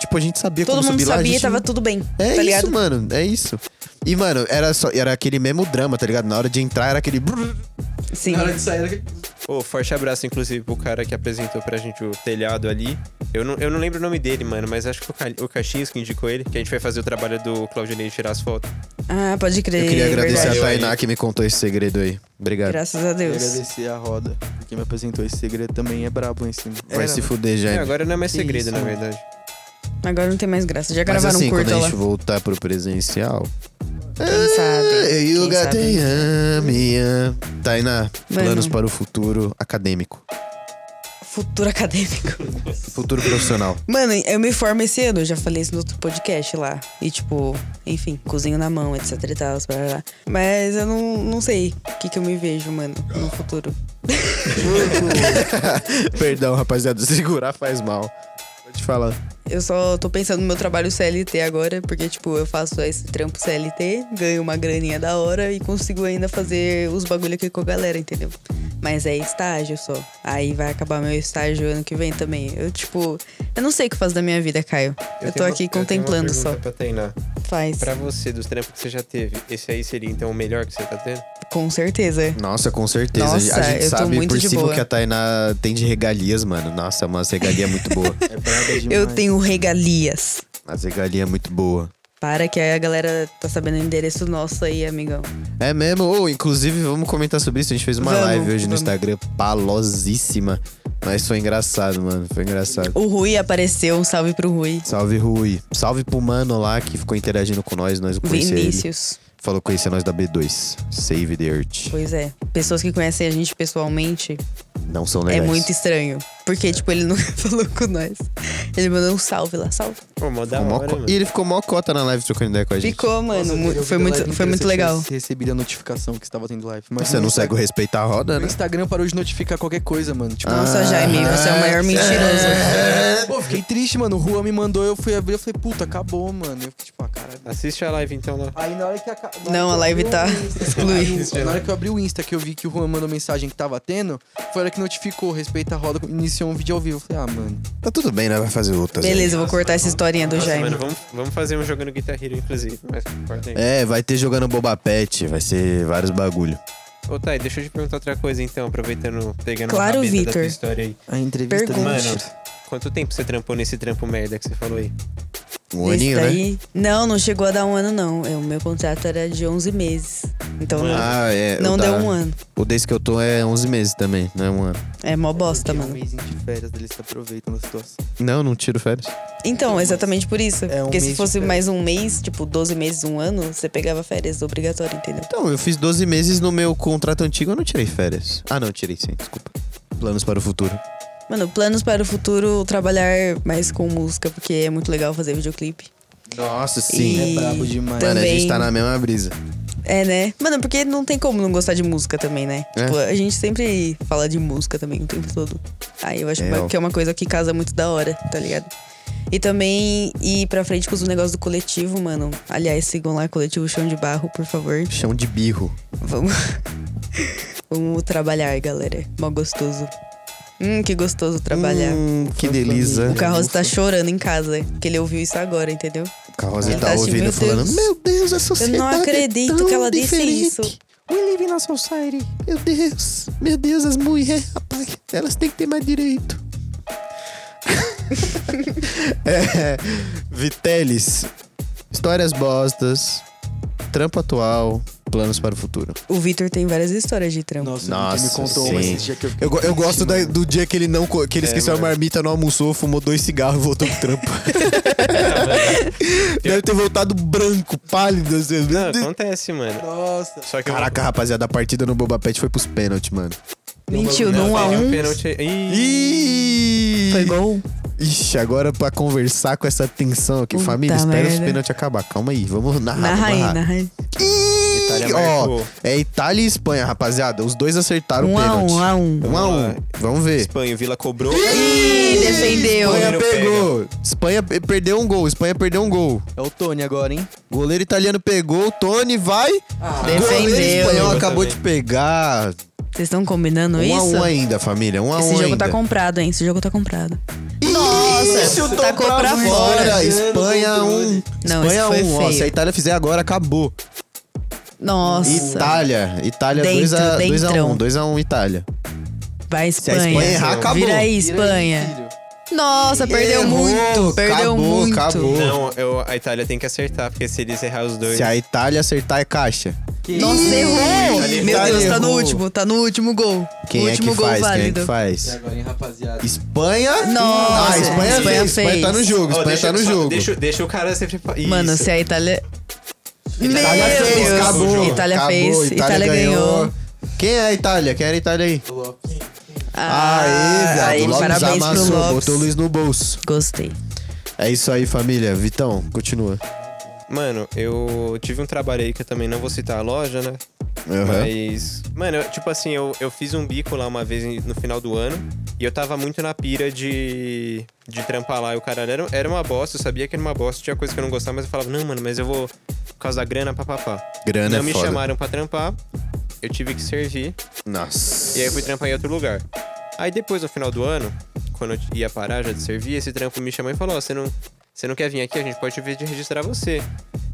Tipo, a gente sabia Todo como mundo subir lá. a sabia, gente... tava tudo bem. É tá isso, ligado? mano. É isso. E, mano, era, só, era aquele mesmo drama, tá ligado? Na hora de entrar era aquele. brrr. Sim. Na hora de sair, era... Ô, forte abraço, inclusive, pro cara que apresentou pra gente o telhado ali. Eu não, eu não lembro o nome dele, mano, mas acho que foi o Ca- o Caixinhos que indicou ele, que a gente foi fazer o trabalho do Claudio Leite tirar as fotos. Ah, pode crer. Eu queria agradecer verdade. a Tainá que me contou esse segredo aí. Obrigado. Graças a Eu Deus. agradecer a roda, porque me apresentou esse segredo também, é brabo em cima. Vai Era, se fuder, já. É, agora não é mais Que segredo, isso, na mano. verdade. Agora não tem mais graça. Já Mas gravaram assim, um quando curta a lá. gente voltar pro presencial. Ah, Quem sabe? E o Quem sabe? minha. Tainá, Vai, planos não. para o futuro acadêmico. Futuro acadêmico. Futuro *laughs* profissional. Mano, eu me formo esse ano, eu já falei isso no outro podcast lá. E tipo, enfim, cozinho na mão, etc e tal, blá, blá, blá. Mas eu não, não sei o que, que eu me vejo, mano, Ah. no futuro. Perdão, rapaziada, *laughs* segurar faz mal. Vou te falar. Eu só tô pensando no meu trabalho CLT agora, porque, tipo, eu faço esse trampo CLT, ganho uma graninha da hora e consigo ainda fazer os bagulho aqui com a galera, entendeu? Mas é estágio só. Aí vai acabar meu estágio ano que vem também. Eu, tipo, eu não sei o que faço da minha vida, Caio. Eu, tô tenho uma- aqui eu tenho uma contemplando só. pergunta Pra, Tainá. Faz. pra você, dos trampos que você já teve, esse aí seria então o melhor que você tá tendo? Com certeza. Nossa, com certeza. Nossa, a gente eu tô sabe muito por de cima boa. que a Tainá tem de regalias, mano. Nossa, é umas regalias muito *laughs* boa. é brabo demais. Eu tenho regalias. As regalias é muito boa. Para que aí a galera tá sabendo o endereço nosso aí, amigão. É mesmo? Ou, inclusive, vamos comentar sobre isso. A gente fez uma Vamos, live hoje no vamos. Instagram, palosíssima. Mas foi engraçado, mano. Foi engraçado. O Rui apareceu, um salve pro Rui. Salve, Rui. Salve pro mano lá que ficou interagindo com nós. Nós conhecemos ele. Vinícius. Falou que conhecia nós da B2. Save the Earth. Pois é. Pessoas que conhecem a gente pessoalmente Não são legais. é muito estranho. Porque, tipo, ele nunca *laughs* falou com nós. Ele mandou um salve lá, salve. Pô, mó da Ficou mó hora, co- mano. E ele ficou mó cota na live trocando ideia com a gente. Ficou, mano. Nossa, mu- eu foi vi a live muito, foi inteira, muito se eu tivesse legal. recebido a notificação que estava tendo live. Mas Você no não Instagram- segue o respeitar a roda, O né? Tá Instagram parou de notificar qualquer coisa, mano. Tipo, Nossa, Jaime, você é o Ah, maior mentiroso. é. Pô, fiquei triste, mano. O Rua me mandou, eu fui abrir, eu falei, puta, acabou, mano. Eu fiquei tipo, ah, caralho. Assiste a live então lá. Aí na hora que acabou. Não, a live tá *laughs* excluída. Na hora que eu abri o Insta, que eu vi que o Juan mandou mensagem que tava tendo, foi a hora que notificou, respeita a roda, iniciou um vídeo ao vivo. Eu falei, ah, mano. Tá tudo bem, né? Vai fazer outras. aí. Beleza, eu vou cortar essa historinha do Nossa, Jaime. mano, vamos, vamos fazer um jogando Guitar Hero, inclusive. Mas corta aí. É, vai ter jogando Boba Pet, vai ser vários bagulho. Ô, Thay, deixa eu te perguntar outra coisa então, aproveitando, pegando Claro, a rabeta da Vitor. tua história aí. A entrevista do Pergunte. Mentira. Quanto tempo você trampou nesse trampo merda que você falou aí? Um Esse olhinho, né? daí- Não, não chegou a dar um ano, não. Eu- O meu contrato era de 11 meses. Então não- Ah, é. não, o deu da- um ano. O desse que eu tô é 11 meses também, não é um ano. É mó bosta, Porque é um mano. mês de férias deles se aproveitam da situação. Não, não tiro férias. Então, exatamente por isso. É um Porque se mês de fosse férias. mais um mês, tipo 12 meses, um ano, você pegava férias obrigatório, entendeu? Então, eu fiz 12 meses no meu contrato antigo, eu não tirei férias. Ah, não, tirei sim, desculpa. Planos para o futuro. Mano, planos para o futuro, trabalhar mais com música, porque é muito legal fazer videoclipe. Nossa, sim. sim. E- É brabo demais. Mano, a também- gente tá na mesma brisa. É, né? Mano, porque não tem como não gostar de música também, né? É. Tipo, a gente sempre fala de música também o tempo todo. Aí eu acho É, ó. que é uma coisa que casa muito da hora, tá ligado? E também ir pra frente com os negócios do coletivo, mano. Aliás, sigam lá, coletivo Chão de Barro, por favor. Chão de birro. Vamos. Vamos trabalhar, galera. Mó gostoso. Hum, que gostoso trabalhar. Hum, que delícia. O Carroça tá chorando em casa, porque ele ouviu isso agora, entendeu? O Carroza Ele tá tá assim, ouvindo "Meu falando: Deus, Meu Deus, a sociedade. acredito é tão que ela disse diferente. isso." We live in a society. Meu Deus. Meu Deus, as mulheres, rapaz. Elas têm que ter mais direito. *laughs* é, Vitelis. Histórias bostas. Trampo atual. Planos para o futuro. O Vitor tem várias histórias de trampo. Nossa, Nossa, Nossa me contou uma sim. esse dia que eu fiquei Eu, go- eu triste, gosto da- mano. do dia que ele não co- que ele É, esqueceu a mano. marmita, não almoçou, fumou dois cigarros e voltou pro trampo. *laughs* *laughs* É Deve ter voltado branco, pálido. assim. Não, acontece, mano. Nossa. Só que eu- Caraca, rapaziada, a partida no Boba Pet foi pros pênaltis, mano. Mentiu, Não, no 1 a teve 1 pênalti. Ih, Ih! foi gol. Ixi, agora pra conversar com essa tensão aqui, Puta família, espera os merda. pênaltis acabar. Calma aí, vamos narrar. Na vamos rainha, narrar. na rainha. Ih, Itália ó, marcou. é Itália e Espanha, rapaziada. Os dois acertaram o 1 a 1 pênalti. 1 a 1 Um a um. Vamos ver. Espanha, tipo, Vila cobrou. Ih, defendeu. Espanha Goleiro pegou. Espanha pe- perdeu um gol. Espanha perdeu um gol. É o Tony agora, hein? Goleiro italiano pegou. Tony vai. Goleiro Ah, Defendeu. espanhol acabou Também. de pegar. Vocês estão combinando Um a isso? um ainda, família. Um a Esse um jogo ainda. tá comprado, hein? Esse jogo tá comprado. Nossa, Isso, tacou pra fora. é Espanha um. Não, Espanha isso foi um. Ó, feio. se a Itália fizer agora, acabou. Nossa. Itália. Itália Dentro, 2x1. dentrão. 2x1 Itália. Vai, Se a Espanha. Espanha errar, acabou. Vira aí, Espanha. Nossa, perdeu Errou, muito. Perdeu acabou, muito. acabou. Não, eu- a Itália tem que acertar, porque se eles errar os dois. Se a Itália acertar, é caixa. Nossa, errou! Itália Meu Deus, tá no errou. último, tá no último gol. Quem é último que gol faz? Quem é válido. que E faz? agora, hein, rapaziada? Espanha? Nossa, Ah, Espanha, Espanha fez. Espanha fez. tá no jogo. Ó, Espanha deixa- tá no só- jogo. Deixa, deixa o cara sempre. Isso. Mano, se a Itália. Itália Meu fez, Deus. acabou. Itália acabou, fez, Itália, ganhou. Quem é a Itália? Quem era a Itália aí? Ah, Aê, aí, viado. Lopes parabéns pro amassou, Lopes. botou o Luiz no bolso. Gostei. É isso aí, família. Vitão, continua. Mano, eu tive um trabalho aí que eu também não vou citar a loja, né? Aham. Mas. Mano, eu- tipo assim, eu, eu fiz um bico lá uma vez em- no final do ano. E eu tava muito na pira de. de trampar lá. E o cara era, era uma bosta, eu sabia que era uma bosta, tinha coisa que eu não gostava, mas eu falava, não, mano, mas eu vou. Por causa da grana, papapá. Grana não é me foda. chamaram pra trampar, eu tive que servir. Nossa. E aí eu fui trampar em outro lugar. Aí depois, no final do ano, quando eu ia parar já de servir, esse trampo me chamou e falou, ó, você não, você não quer vir aqui? A gente pode ver de registrar você.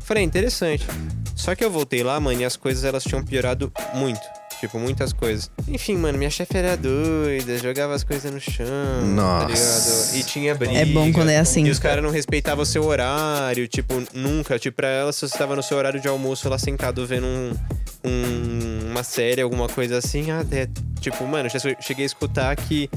Falei, interessante. Só que eu voltei lá, mano, e as coisas elas tinham piorado muito. Tipo, muitas coisas. Enfim, mano, minha chefe era doida, jogava as coisas no chão, Nossa. tá ligado? E tinha briga. É bom quando é assim. E os caras não respeitavam o seu horário, tipo, nunca. Tipo, pra ela, se você tava no seu horário de almoço lá sentado vendo um, um- uma série, alguma coisa assim, ah, é, tipo, mano, já che- cheguei a escutar que,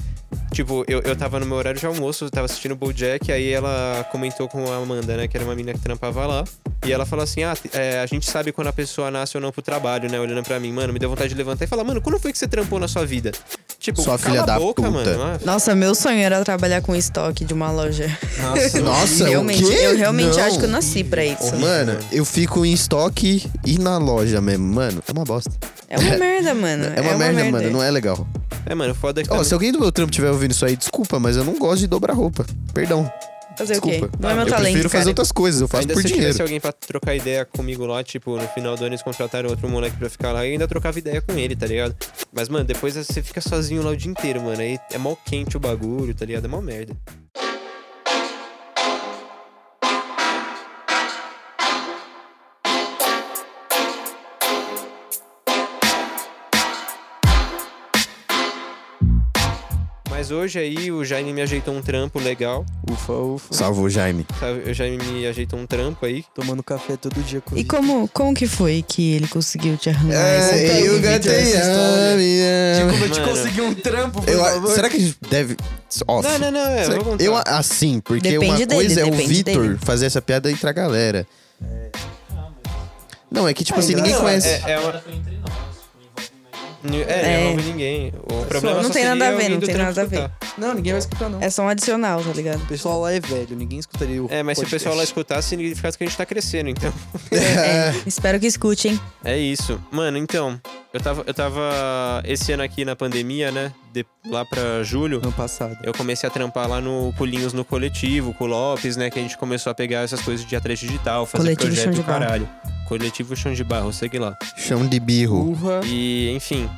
tipo, eu, eu tava no meu horário de almoço, eu tava assistindo o Bojack, aí ela comentou com a Amanda, né, que era uma menina que trampava lá, e ela falou assim, ah, t- é, a gente sabe quando a pessoa nasce ou não pro trabalho, né, olhando pra mim, mano, me deu vontade de levantar e falar, mano, quando foi que você trampou na sua vida? Tipo, Sua cala filha a da boca, puta. mano. Ah, Nossa, meu sonho era trabalhar com estoque de uma loja. Nossa, realmente, é o quê? eu realmente Não. É acho que eu nasci pra isso. Mano, eu fico em estoque e na loja mesmo. Mano, é uma bosta. É uma merda, mano. É uma, merda, mano. Não é legal. É, mano, foda que Ó, também- se alguém do meu trampo estiver ouvindo isso aí, desculpa, mas eu não gosto de dobrar roupa. Perdão. Fazer desculpa. o quê? Não é meu eu talento, prefiro cara. fazer outras coisas, eu faço ainda por se dinheiro. tivesse alguém pra trocar ideia comigo lá, tipo, no final do ano eles contrataram outro moleque pra ficar lá e eu ainda trocava ideia com ele, tá ligado? Mas, mano, depois você fica sozinho lá o dia inteiro, mano. Aí é mó quente o bagulho, tá ligado? É mó merda. Mas hoje aí o Jaime me ajeitou um trampo legal. Ufa, ufa. Salvou, Jaime. Sabe? O Jaime me ajeitou um trampo aí. Tomando café todo dia com E como, como que foi que ele conseguiu te arranjar É, esse eu emprego, Vitor? gatei essa história. minha. Como eu te Mano. consegui um trampo, por Eu a- favor? Será que a gente deve. Off. Não, não, não, é, Será- vou contar. eu a- assim, porque Depende uma dele, coisa é o depende Vitor dele. fazer essa piada entre a galera. Não, é que tipo assim, ninguém engraçado. Não, conhece. É, é uma... É, É. não envolve ninguém. O problema é não só tem seria nada a ver, alguém não do tem trampo nada a ver. escutar. Não, ninguém vai escutar, não. É só um adicional, tá ligado? *laughs* O pessoal lá é velho, ninguém escutaria o É, mas se o podcast. pessoal lá escutar, significa que a gente tá crescendo, então. É, espero que escute, hein? É isso. Mano, então, eu tava, eu tava esse ano aqui na pandemia, né? De- lá pra julho. Ano passado. Eu comecei a trampar lá no Pulinhos no Coletivo, com o Lopes, né? Que a gente começou a pegar essas coisas de atleta digital, fazer Coletivo Chão projeto de do Barro. caralho. Coletivo Chão de Barro, segue lá. Chão de birro. Urra. E, enfim,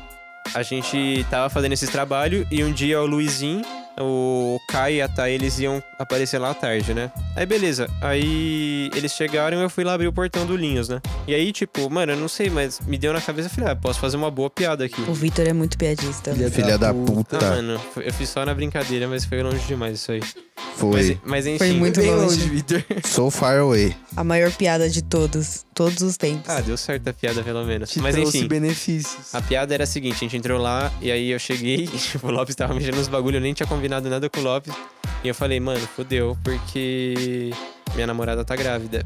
a gente tava fazendo esse trabalho e um dia o Luizinho, o Kai e a Thay, eles iam aparecer lá à tarde, né? Aí, beleza. Aí eles chegaram e eu fui lá abrir o portão do Linhos, né? E aí, tipo, mano, eu não sei, mas me deu na cabeça, eu falei, ah, posso fazer uma boa piada aqui. O Vitor é muito piadista. Filha da puta. Ah, mano, eu fiz só na brincadeira, mas foi longe demais isso aí. Foi. Mas, é- mas enfim. Foi muito Bem longe. longe, *laughs* Vitor. So far away. A maior piada de todos. Todos os tempos. Ah, deu certo a piada, pelo menos. Te mas trouxe enfim. benefícios. A piada era a seguinte, a gente entrou lá e aí eu cheguei, *laughs* tipo, o Lopes tava mexendo nos bagulho, eu nem tinha combinado nada com o Lopes. E eu falei, mano, fodeu, porque minha namorada tá grávida.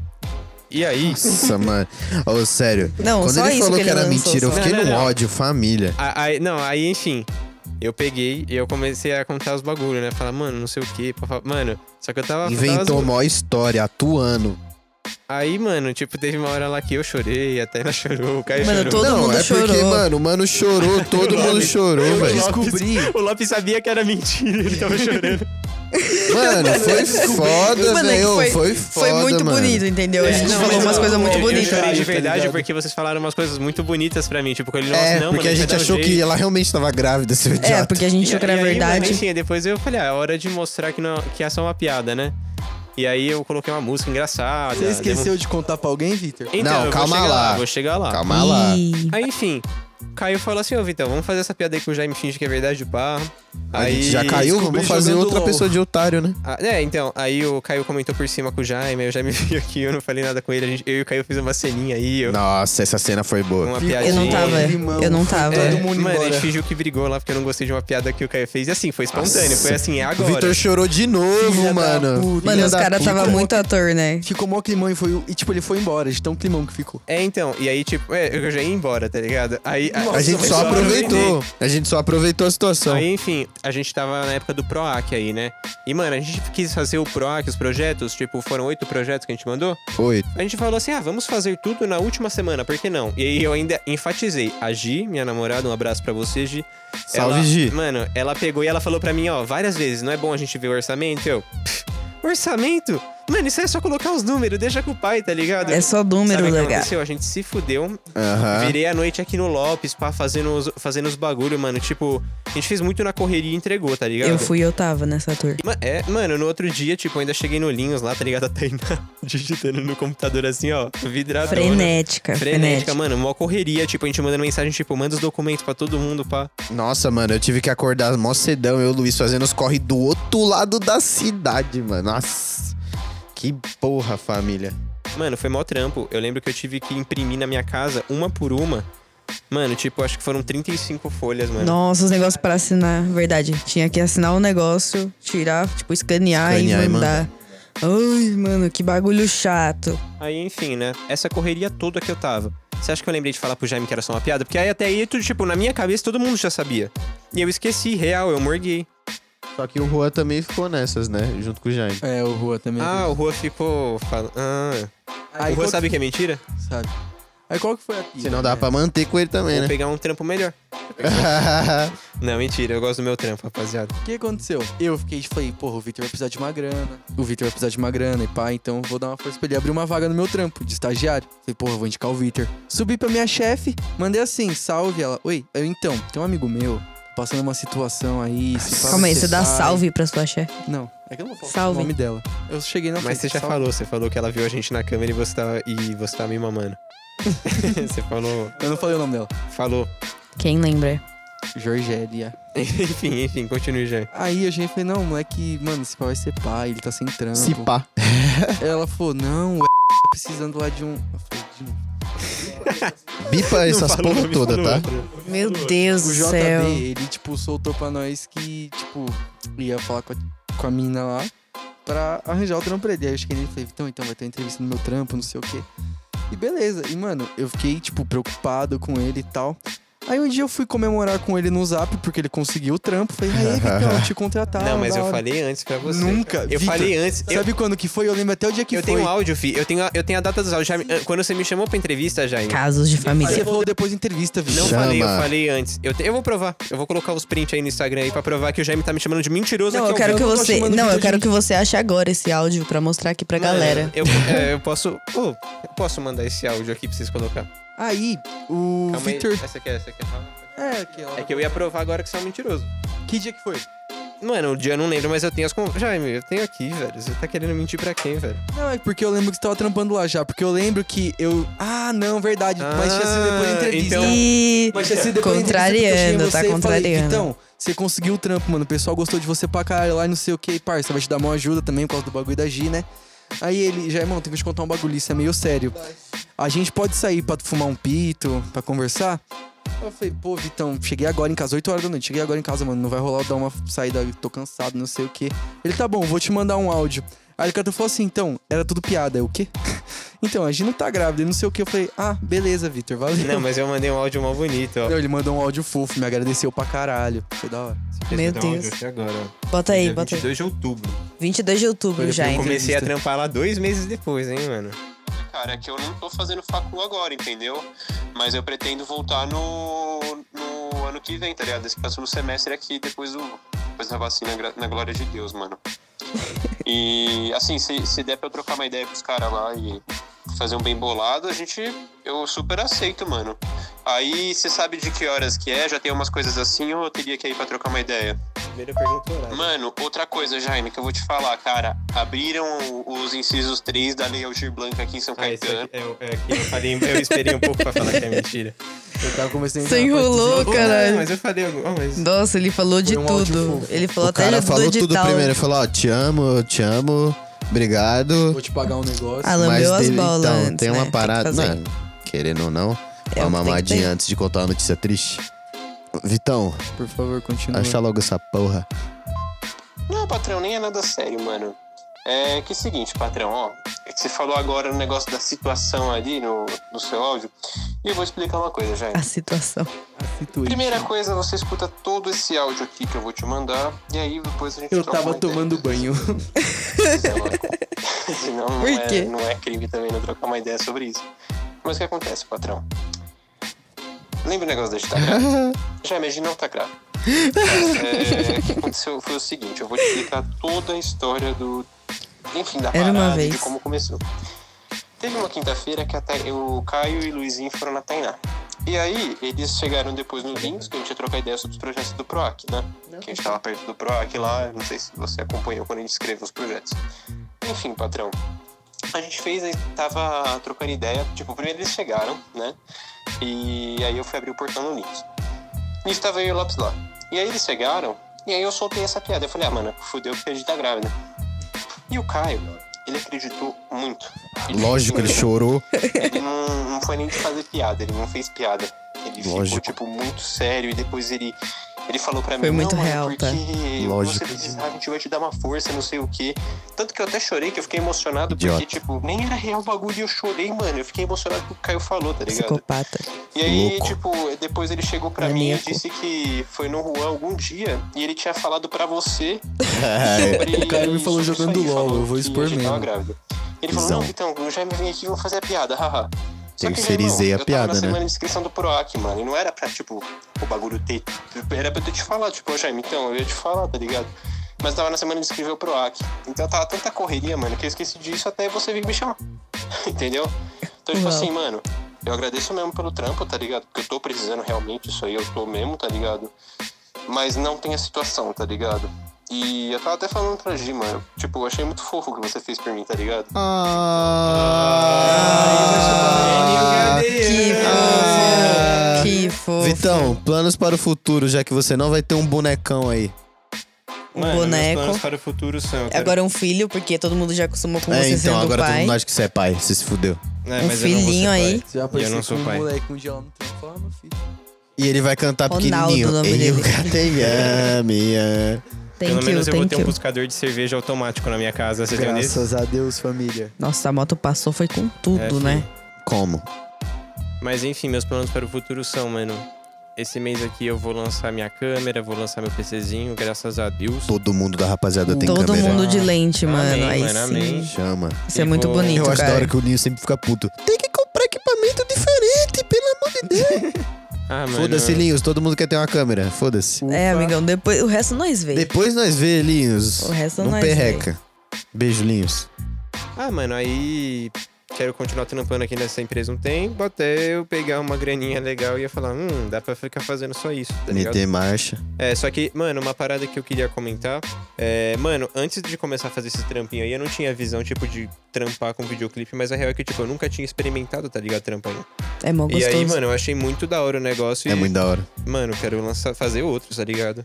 E aí, *laughs* Nossa, mano. Ô, sério. Não, Quando só ele isso falou que que, ele era lançou, mentira, eu só. fiquei Não, não, no não. ódio, família. a- aí- não, aí enfim, eu peguei e eu comecei a contar os bagulho, né? Falar, mano, não sei o quê. papá- Mano, só que eu tava. tava Inventou zoando. mó história, atuando. Aí, mano, tipo, teve uma hora lá que eu chorei, a Tainá *laughs* chorou, o Caio Mano, chorou. todo não, mundo é porque, chorou. mano, o mano chorou, *laughs* todo mundo Lopes- chorou, Eu velho. descobri. O Lopes sabia que era mentira, ele tava chorando. Mano, *laughs* foi foda, Mano, é que velho. Foi, Foi foda, muito mano. bonito, entendeu? A gente não, falou mas umas eu- coisas muito É, eu, bonitas. Eu chorei de Tá verdade ligado? porque vocês falaram umas coisas muito bonitas pra mim. Tipo, ele, É, nossa, porque não, mano, a vai gente dar um achou que jeito. ela realmente tava grávida, seu idiota. É, porque a gente E- achou que era e aí, mano, verdade. enfim, depois eu falei, ah, é hora de mostrar que, não, que é só uma piada, né? E aí eu coloquei uma música engraçada. Você demo- esqueceu de contar pra alguém, Vitor? Então, Não, eu vou calma chegar lá. Vou chegar lá. Calma lá. Ih, Aí, enfim, Caio falou assim, ô Vitão, vamos fazer essa piada aí que o Jaime finge que é verdade, pá. A aí gente já caiu, descobri vamos fazer jogando outra LOL. pessoa de otário, né? Ah, é, então, aí o Caio comentou por cima com o Jaime, aí o Jaime *laughs* veio aqui, eu não falei nada com ele, a gente, eu e o Caio fiz uma ceninha aí, eu, Nossa, essa cena foi boa. uma Eu piadinha. eu não tava. Limão, Eu não tava. É, Tá todo mundo mano, a embora. gente fingiu que brigou lá porque eu não gostei de uma piada que o Caio fez. E assim, foi espontâneo. Nossa. Foi assim, é O agora. Vitor chorou de novo, Filha da mano. puta. Filha Mano, os da caras puta. tava muito ator, né? Ficou mó climão e foi. o- E tipo, ele foi embora, de tão climão que ficou. É, então. E aí, tipo, é, eu já ia embora, tá ligado? Aí, A gente mas só eu aproveitei. aproveitou. A gente só aproveitou a situação. Aí, enfim, a gente tava na época do PROAC aí, né? E, mano, a gente quis fazer o PROAC, os projetos, tipo, foram oito projetos que a gente mandou. Oi. A gente falou assim, ah, vamos fazer tudo na última semana, por que não? E aí eu ainda enfatizei. A Gi, minha namorada, um abraço pra você, Gi. Salve, Ela- Gi. Mano, ela pegou e ela falou pra mim, ó, várias vezes, não é bom a gente ver o orçamento? Eu, "Pff, orçamento? Mano, isso aí é só colocar os números, deixa com o pai, tá ligado? É só número Sabe o que legal. aconteceu? A gente se fudeu. Aham. Virei a noite aqui no Lopes, pá, fazendo os, fazendo os bagulho, mano. Tipo, a gente fez muito na correria e entregou, tá ligado? Eu fui e eu tava nessa tour. Ma- É, mano, no outro dia, tipo, ainda cheguei no Linhos lá, tá ligado? A Tainá *laughs* digitando no computador assim, ó, vidradona. Frenética, Frenética, frenética. mano, mó correria, tipo, a gente mandando mensagem, tipo, manda os documentos pra todo mundo, pá. Nossa, mano, eu tive que acordar mó cedão, eu e o Luiz fazendo os corre do outro lado da cidade, mano. Nossa. Que porra, família. Mano, foi mó trampo. Eu lembro que eu tive que imprimir na minha casa, uma por uma. Mano, tipo, acho que foram 35 folhas, mano. Nossa, os negócios pra assinar, verdade. Tinha que assinar o negócio, tirar, tipo, escanear, Escanear e e mandar. Ai, mano, que bagulho chato. Aí, enfim, né? Essa correria toda que eu tava. Você acha que eu lembrei de falar pro Jaime que era só uma piada? Porque aí até aí, tudo, tipo, na minha cabeça todo mundo já sabia. E eu esqueci, real, eu morguei. Só que o Juan também ficou nessas, né? Junto com o Jaime. É, o Rua também. Ah, o Rua ficou. fal- Ah. Aí o Rua qual sabe que é mentira? Sabe? Aí qual que foi a pira? né? Se não dá pra manter com ele também, Vou né? pegar um trampo melhor. Não, mentira, eu gosto do meu trampo, rapaziada. O que aconteceu? Eu fiquei e falei, porra, o Vitor vai precisar de uma grana. O Vitor vai precisar de uma grana e pá, então vou dar uma força pra ele abrir uma vaga no meu trampo de estagiário. Falei, porra, vou indicar o Vitor. Subi pra minha chefe, mandei assim, salve ela. Oi, eu então, tem um amigo meu passando uma situação aí. se pá, Calma aí, vai você ser dá pai." salve pra sua chefe. Não, é que eu não vou falar o Salve. nome dela. Eu cheguei na Mas você frente, já salve. falou, você falou que ela viu a gente na câmera e você tava, e você tava me mamando. você falou. Eu não falei o nome dela. Falou. Quem lembra? Jorgélia. *laughs* enfim, enfim, continue, Jaime. Aí a gente falei, não, moleque, mano, esse pai vai ser pai, ele tá *laughs* sem trampo. Se pá. Ela falou, não, o tá precisando lá de um. Eu falei, de novo. Bipa essas Falou, porra me toda, falou tá? outro. Meu Deus O do JB, céu. ele, tipo, soltou pra nós que, tipo, ia falar com a, com a mina lá pra arranjar o trampo pra ele. Aí eu cheguei nele e falei, então, então vai ter uma entrevista no meu trampo, não sei o quê. E beleza. E, mano, eu fiquei, tipo, preocupado com ele e tal. Aí um dia eu fui comemorar com ele no zap, porque ele conseguiu o trampo. Falei, aí, Vitão, te contrataram. Não, mas da eu hora." falei antes pra você. Nunca, Eu Vitor. falei antes. eu- Sabe quando que foi? Eu lembro até o dia que eu foi. tenho um áudio, fi. Eu tenho, a, eu tenho a data dos áudios. Jaime, quando você me chamou pra entrevista, Jaime. Casos de Você família. falou depois da entrevista, viu? Não Chama. falei, eu falei antes. Eu, te- eu vou provar. Eu vou colocar os prints aí no Instagram aí pra provar que o Jaime tá me chamando de mentiroso Não, aqui eu ao quero vivo. que eu tô você. chamando Não, muita eu quero gente. que você ache agora esse áudio pra mostrar aqui pra Mano, galera. Eu, é, eu posso. Pô, eu posso mandar esse áudio aqui pra vocês colocar. Aí, o Calma aí. Vitor... Essa aqui é, essa aqui é. É, aquela... É que eu ia provar agora que você é um mentiroso. Que dia que foi? Mano, o dia eu não lembro, mas eu tenho as con... Jaime, eu tenho aqui, velho. Você tá querendo mentir pra quem, *laughs* velho? Não, é porque eu lembro que você tava trampando lá já. Porque eu lembro que eu. Ah, não, verdade. mas tinha sido depois da Ah, entrevista. então- E Mas tinha sido depois da entrevista. porque eu cheguei em Contrariando, você tá e falei, contrariando. Então, Você conseguiu o trampo, mano. O pessoal gostou de você pra caralho lá e não sei o que, parça. Vai te dar uma ajuda também por causa do bagulho da G, né? Aí ele, já, irmão, tem que te contar um bagulho, isso é meio sério. A gente pode sair pra fumar um pito, pra conversar? Eu falei, pô, Vitão, cheguei agora em casa, 8 horas da noite. Cheguei agora em casa, mano, não vai rolar eu dar uma saída, eu tô cansado, não sei o quê. Ele, tá bom, vou te mandar um áudio. Aí o cara falou assim, então, era tudo piada. Eu, o quê? *laughs* então, a gente não tá grávida, e não sei o quê. Eu falei, ah, beleza, Vitor, valeu. Não, mas eu mandei um áudio mal bonito, ó. Não, ele mandou um áudio fofo, me agradeceu pra caralho. Foi da hora. Vocês me Meu dão um Deus. áudio aqui agora, ó. Bota aí, Dia bota aí. 22 de outubro. 22 de outubro já, um eu hein? comecei a entrevista. trampar lá dois meses depois, hein, mano. Cara, é que eu não tô fazendo facu agora, entendeu? Mas eu pretendo voltar no, no ano que vem, tá ligado? Esse próximo semestre aqui, depois, do, depois da vacina, gra- na glória de Deus, *laughs* mano. E, assim, se, se der pra eu trocar uma ideia pros caras lá e fazer um bem bolado, a gente... Eu super aceito, mano. Aí, você sabe de que horas que é? Já tem umas coisas assim ou eu teria que ir pra trocar uma ideia? Primeiro eu pergunto o horário. Mano, outra coisa, Jaime, que eu vou te falar, cara. Abriram os incisos 3 da Lei Aldir Blanc aqui em São Ah, isso Caetano. aqui é, o- é que eu falei, eu esperei um pouco pra falar que é mentira. Eu tava começando a Você entrar na parte dos enrolou, áudios. Não, caralho. mas eu falei, algum- ah, mas Nossa, ele falou de Foi um áudio tudo. fofo. Ele falou O até cara do falou tudo edital. primeiro. Ele falou, ó, te amo, eu te amo, obrigado. Vou te pagar um negócio. Ah, lambeu as dele- bolas Então, antes, tem uma né? parada. Tem que fazer. Mano, querendo ou não, É é uma o que tem que ter. mamadinha antes de contar uma notícia triste. Vitão, Por favor, Hum. continua. acha logo essa porra. Não, patrão, nem é nada sério, mano. É que é o seguinte, patrão, ó. É que você falou agora no negócio da situação ali no, no seu áudio. E eu vou explicar uma coisa, Jaime. A situação. Situação. Primeira coisa, você escuta todo esse áudio aqui que eu vou te mandar. E aí depois a gente Eu troca tava uma ideia. tomando *laughs* banho. *laughs* Senão não, é Por quê? É, não é crime também não trocar uma ideia sobre isso. Mas o que acontece, patrão? Lembra o negócio da *laughs* gente tá grávida? Já imagina não tá grávida. É, *laughs* o que aconteceu foi o seguinte, eu vou te explicar toda a história do... Enfim, da Era uma parada e vez. de como começou. Teve uma quinta-feira que a Thay- o Caio e o Luizinho foram na Tainá. E aí, eles chegaram depois no Vinhos, que a gente ia trocar ideia sobre os projetos do PROAC, né? Que a gente tava perto do PROAC lá, não sei se você acompanhou quando a gente escreveu os projetos. Enfim, patrão. A gente fez, aí tava trocando ideia. Tipo, primeiro eles chegaram, né? E aí eu fui abrir o portão no Linux. Nisso tava eu e o Lopes lá. E aí eles chegaram, e aí eu soltei essa piada. Eu falei, ah, mano, fudeu porque a gente tá grávida. E o Caio, ele acreditou muito. Lógico, ele *laughs* chorou. *laughs* Ele não, não foi nem de fazer piada, ele não fez piada. Ele Lógico. ficou, tipo, muito sério e depois ele, ele falou pra Foi mim, muito não, mano, real, tá? porque Lógico. você precisar, a gente vai te dar uma força, não sei o quê. Tanto que eu até chorei, que eu fiquei emocionado, Idiota. porque, tipo, nem era real o bagulho e eu chorei, mano. Eu fiquei emocionado com o que o Caio falou, tá ligado? Psicopata. E aí, Louco. tipo, depois ele chegou pra mim Maníaco. e disse que foi no Juan algum dia e ele tinha falado pra você Ai, sobre O cara me falou isso jogando aí, LOL, falou eu vou que expor a gente tava mesmo. grávida. Ele falou, Visão. não, então, eu já me vim aqui e vou fazer a piada, haha. Só que, Terceirizei meu irmão, a eu piada, tava na né? semana de inscrição do PROAC, mano, e não era pra, tipo, o bagulho ter... Era pra eu te falar, tipo, ô Jaime, então, eu ia te falar, tá ligado? Mas eu tava na semana de inscrever o PROAC. Então tava tanta correria, mano, que eu esqueci disso até você vir me chamar. Entendeu? Então, Uau. tipo assim, mano, eu agradeço mesmo pelo trampo, tá ligado? Porque eu tô precisando realmente isso aí, eu tô mesmo, tá ligado? Mas não tem a situação, tá ligado? E eu tava até falando pra Gi, mano. Tipo, eu achei muito fofo o que você fez por mim, tá ligado? Ah, Que Ah. fofo. Que fofo. Vitão, planos para o futuro, já que você não vai ter um bonecão aí. Um Mano, boneco. Meus planos para o futuro são. eu quero- Agora um filho, porque todo mundo já acostumou com é, você então, sendo agora todo pai. mundo acha que você é pai, você se fudeu. É, mas um eu não vou ser filhinho pai. aí. Você já eu não apareceu com sou um pai. moleque um dia lá no trampo. Fala, meu filho. E ele vai cantar Ronaldo, o nome pequenininho. dele. Eu catei a minha. Thank Pelo menos you, eu vou thank ter um you. buscador de cerveja automático na minha casa. Você tem um desse? Graças a Deus, família. Nossa, a moto passou, foi com É, tudo, filho. né? Como? Mas enfim, meus planos para o futuro são, mano. Esse mês aqui eu vou lançar minha câmera, vou lançar meu PCzinho, graças a Deus. Todo mundo da rapaziada tem Todo câmera. mundo de lente, Amém, mano. aí mano, sim. amém. Chama. Isso E é muito vou- bonito, Eu acho cara. da hora que o Ninho sempre fica puto. Tem que comprar equipamento diferente, pelo amor de Deus. *laughs* Ah, mano. Foda-se, Linhos. Todo mundo quer ter uma câmera. Foda-se. É, Ufa. amigão, depois o resto nós vê. Depois nós vê, Linhos. O resto não nós perreca. Beijo, Linhos. Ah, mano, aí quero continuar trampando aqui nessa empresa um tempo, até eu pegar uma graninha legal e eu falar, hum, dá pra ficar fazendo só isso, tá ligado? Meter marcha. É, só que, mano, uma parada que eu queria comentar é, mano, antes de começar a fazer esse trampinho aí, eu não tinha visão, tipo, de trampar com videoclipe, mas a real é que, tipo, eu nunca tinha experimentado, tá ligado, trampa ainda. É mó E gostoso. aí, mano, eu achei muito da hora o negócio É e, muito da hora. mano, eu quero lançar, fazer outros, tá ligado?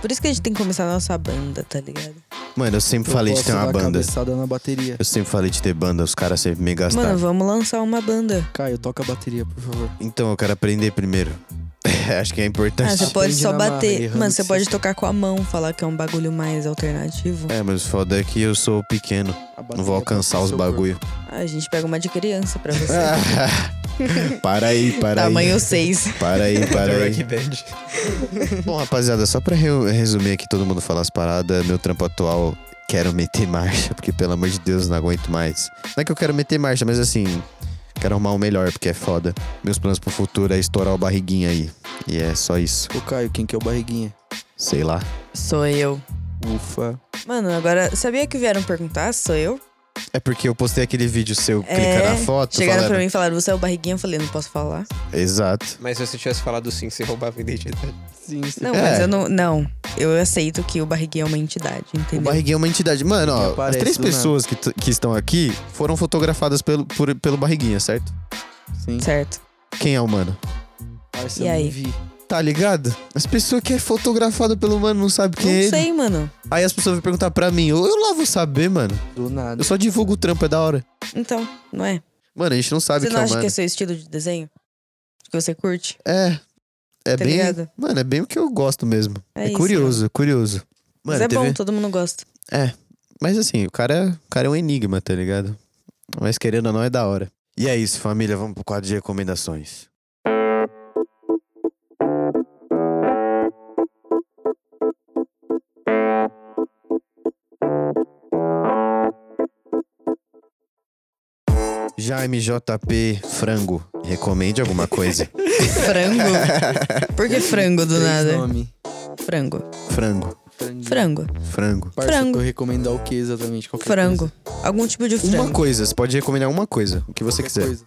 Por isso que a gente tem que começar a nossa banda, tá ligado? Mano, eu sempre falei de ter uma banda. cabeçada na bateria. Eu sempre falei de ter banda, os caras sempre me gastaram. Mano, vamos lançar uma banda. Caio, toca a bateria, por favor. Então, eu quero aprender primeiro. *laughs* Acho que é Ah, importante. você pode aprende só na marra, bater. errando Mano, que você você pode sabe. tocar com a mão, falar que é um bagulho mais alternativo. É, mas o foda é que eu sou pequeno. A bateria Não vou alcançar os pro seu *laughs* bagulho. Ah, a gente pega uma de criança *laughs* pra você. para aí, Ah, para Tamanho aí. *laughs* 6. Para aí, para aí. Rock Band. Bom, rapaziada, só pra re- resumir aqui, todo mundo falar as paradas, meu trampo atual, quero meter marcha, porque pelo amor de Deus, não aguento mais. Não é que eu quero meter marcha, mas assim, quero arrumar o melhor, porque é foda. Meus planos pro futuro é estourar o barriguinho aí. E é só isso. corpo. Ô, Caio, quem que é o barriguinha? Sei lá. Sou eu. Ufa. Mano, agora, sabia que vieram perguntar? Sou eu? É porque eu postei aquele vídeo seu, É, clica na foto, Chegaram falaram... pra mim e falaram, você é o barriguinha? Eu falei, não posso falar. Exato. Mas se você tivesse falado sim, você roubava a identidade. Sim, sim. Não, É. mas eu não. Não. Eu aceito que o barriguinha é uma entidade, O entendeu? Barriguinha é uma entidade. Mano, Que ó, as aparece três do nada. pessoas que, t- que estão aqui foram fotografadas pelo, por- pelo Barriguinha, certo? Sim. Certo. Quem é o mano? Arsen E aí? Vi. Tá ligado? As pessoas que é fotografada pelo mano não sabem quem é Não ele. sei, mano. Aí as pessoas vão perguntar pra mim, eu, eu lá vou saber, mano. Do nada. Eu só divulgo o trampo, é da hora. Então, não é? Mano, a gente não sabe Você que não é o acha mano. que é seu estilo de desenho? Que você curte? É. É Tá bem. ligado? Mano, é bem o que eu gosto mesmo. É É, isso, curioso, curioso. Mano, mas é teve- bom, todo mundo gosta. Mas assim, o cara, o cara é um enigma, tá ligado? Mas querendo ou não, é da hora. E é isso, família. Vamos pro quadro de recomendações. Jaime JP Frango, recomende alguma *laughs* coisa. Frango? *laughs* Por que frango do Três nada? Nome. Frango. frango, Frango. Frango. frango. Parça, Frango. Eu recomendar o que exatamente? Qualquer Frango. Algum tipo de Uma frango. coisa, você pode recomendar uma coisa, o que você Qualquer quiser. coisa.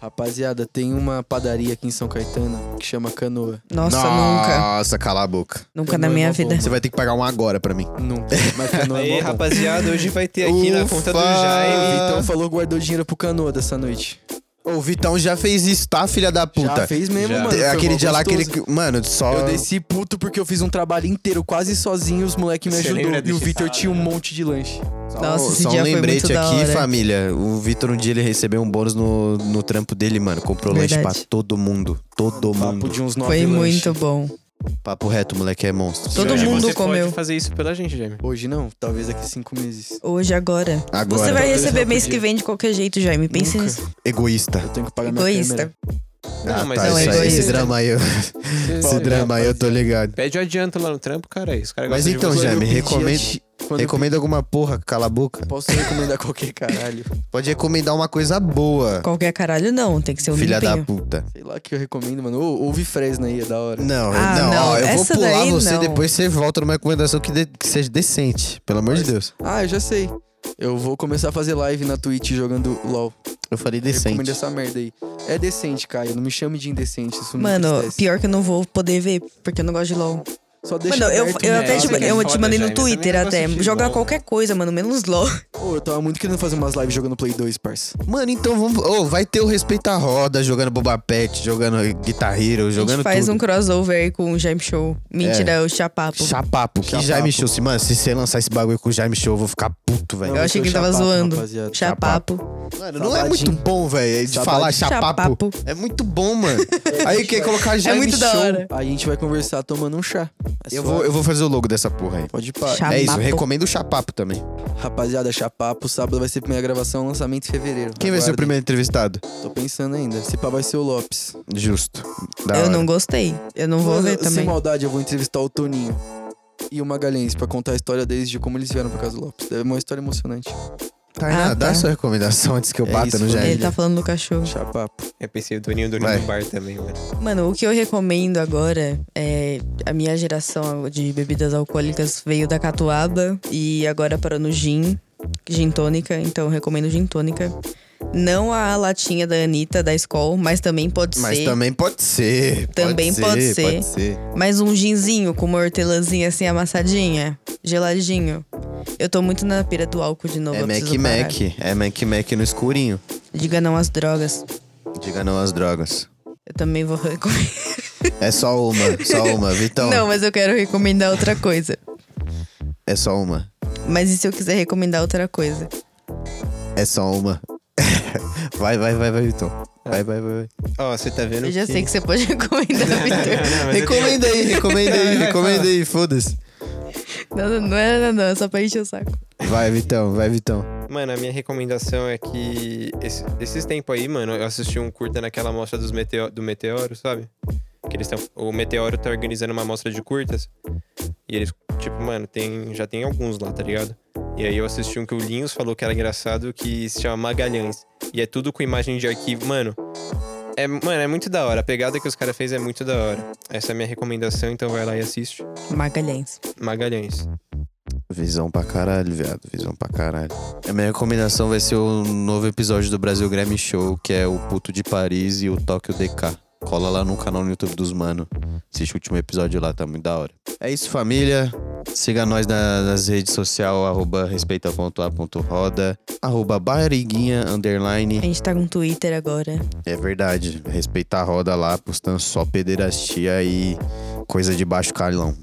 Rapaziada, tem uma padaria aqui em São Caetano que chama Canoa. Nossa, nunca. Nossa, cala a boca. Nunca Canoa na é minha mó vida. bom. Você vai ter que pagar um agora pra mim. Nunca. *laughs* Mas Canoa Aí, é mó bom. rapaziada, hoje vai ter aqui na conta do Ufa! Jaime. Então falou, guardou dinheiro pro Canoa dessa noite. Ô, O Vitão já fez isso, tá, filha da puta? Já fez mesmo, Já. mano. Te- foi Aquele mó dia lá que ele. gostoso. Mano, só. Eu desci puto porque eu fiz um trabalho inteiro quase sozinho, os moleque me Você ajudou. lembra E o desse Vitor sábado, tinha um né? monte de lanche. só, Nossa, esse só dia um foi lembrete muito da aqui, hora. família. O Vitor, um dia, ele recebeu um bônus no, no trampo dele, mano. Comprou lanche Verdade. pra todo mundo. Todo Papo mundo. de uns nove Foi lanches. muito bom. Papo reto, moleque é monstro. Todo Jaime, mundo você comeu. pode fazer isso pela gente, Jaime. Hoje não, talvez daqui cinco meses. Hoje, agora. Agora, Você vai Talvez receber não mês podia. que vem de qualquer jeito, Jaime. Pense Nunca. nisso. egoísta. Eu tenho que pagar Egoísta. minha câmera. Não, ah, mas tá, não, isso aí, egoísta. esse drama aí, eu- esse Olha, drama aí eu tô ligado. Pede o adianto lá no trampo, cara. é Isso, cara Mas gosta de então, você. Quando eu Jaime, pedi recomenda- a chi- quando eu Recomenda alguma porra, cala a boca. pedi- Posso recomendar *laughs* qualquer caralho. Pode recomendar uma coisa boa, Qualquer caralho, não. Tem que ser um filha da limpinho. puta. Sei lá que eu recomendo, mano. Ou- ouve Fresna aí, é da hora. Não, Ah, não, não, ó, eu vou essa pular daí você não. depois você volta numa recomendação que, de- que seja decente, pelo amor de Deus. Ah, eu já sei. Eu vou começar a fazer live na Twitch jogando LOL. Eu falei Recomendo decente. essa merda aí. É decente, Caio. Não me chame de indecente. Isso me Mano, entristece. pior que eu não vou poder ver, porque eu não gosto de LOL. Só deixa Mano, eu, aberto, eu né? até Isso te, que é eu te foda, mandei no Jaime, eu também Twitter não vou até. assistir Joga LOL. qualquer coisa, mano, menos LOL. Ô, eu tava muito querendo fazer umas lives jogando Play 2, parça. Mano, então vamos. Ô, vai ter o Respeita a Roda jogando Boba Pet, jogando Guitar Hero, A gente jogando faz tudo. um crossover aí com o Jaime Show. Mentira, é o Chapapo. Chapapo, que Chapapo. Jaime Show. Se, mano, se você lançar esse bagulho com o Jaime Show, eu vou ficar puto, velho. Não, Eu achei que ele tava Chapapo, zoando. rapaziada. Chapapo. Mano, não é Sabadinho. muito bom, velho, de Sabadinho. falar chapapo. Chapapo. É muito bom, *laughs* mano. Aí quer colocar É Jaime muito Show. da hora. A gente vai conversar tomando um chá. É Eu suave. vou, eu vou fazer o logo dessa porra aí. Pode parar. Chá. É isso, Chapapo. recomendo o Chapapo também. Rapaziada, chapapo. Sábado vai ser a primeira gravação, lançamento em fevereiro. Quem vai ser o Aguardem. primeiro entrevistado? Tô pensando ainda. Se pá, vai ser o Lopes. Justo. Da eu hora. não gostei. Eu não vou Mano, ver Sem também. maldade, eu vou entrevistar o Toninho e o Magalhães pra contar a história deles de como eles vieram pra casa do Lopes. É uma história emocionante. Tainá, Ah, dá tá. sua recomendação antes que eu É bata isso, no família. Jaime. Ele tá falando do cachorro. Chapapo. Eu É, pensei o Doninho, o Doninho Vai. do bar também, mano. Mano, o que eu recomendo agora é. A minha geração de bebidas alcoólicas veio da catuaba e agora parou no gin, gin tônica, então eu recomendo gin tônica. Não a latinha da Anitta, da Skol, mas também pode Mas ser. também pode ser. Também pode ser. Pode ser. Mas um ginzinho com uma hortelãzinha assim amassadinha, geladinho. Eu tô muito na pira do álcool de novo. É eu Mac preciso parar. Mac. É Mac Mac no escurinho. Diga não às drogas. Diga não às drogas. Eu também vou recomendar. É só uma, só *laughs* uma, Vitão. Não, mas eu quero recomendar outra coisa. É só uma. Mas e se eu quiser recomendar outra coisa? É só uma. *laughs* Vai, vai, vai, vai, Vitão. Vai, vai, vai. vai. Ó, você tá vendo Eu já sei que você pode *laughs* recomendar, Vitor. Não, mas eu tenho- Recomenda aí, recomenda aí, recomenda aí, foda-se. Não, não, não, é, não, não, é só pra encher o saco. Vai, Vitão, vai, Vitão. Mano, a minha recomendação é que esse- esses tempos aí, mano, eu assisti um curta naquela mostra dos meteo- do Meteoro, sabe? Que eles estão. O Meteoro tá organizando uma mostra de curtas. E eles, tipo, mano, tem, já tem alguns lá, tá ligado? E aí eu assisti um que o Linhos falou que era engraçado, que se chama Magalhães. E é tudo com imagem de arquivo. Mano, é, mano, é muito da hora. A pegada que os caras fez é muito da hora. Essa é a minha recomendação, então vai lá e assiste. Magalhães. Magalhães. Visão pra caralho, viado. Visão pra caralho. A minha recomendação vai ser o novo episódio do Brasil Grammy Show, que é o Puto de Paris e o Tóquio DK. Cola lá no canal no YouTube dos Mano. Assiste o último episódio lá, tá muito da hora. É isso, família. Siga nós na- nas redes sociais, arroba respeita.a.roda, arroba barriguinha, A underline. gente tá com Twitter agora. É verdade, respeita a roda lá, postando só pederastia e coisa de baixo carlão.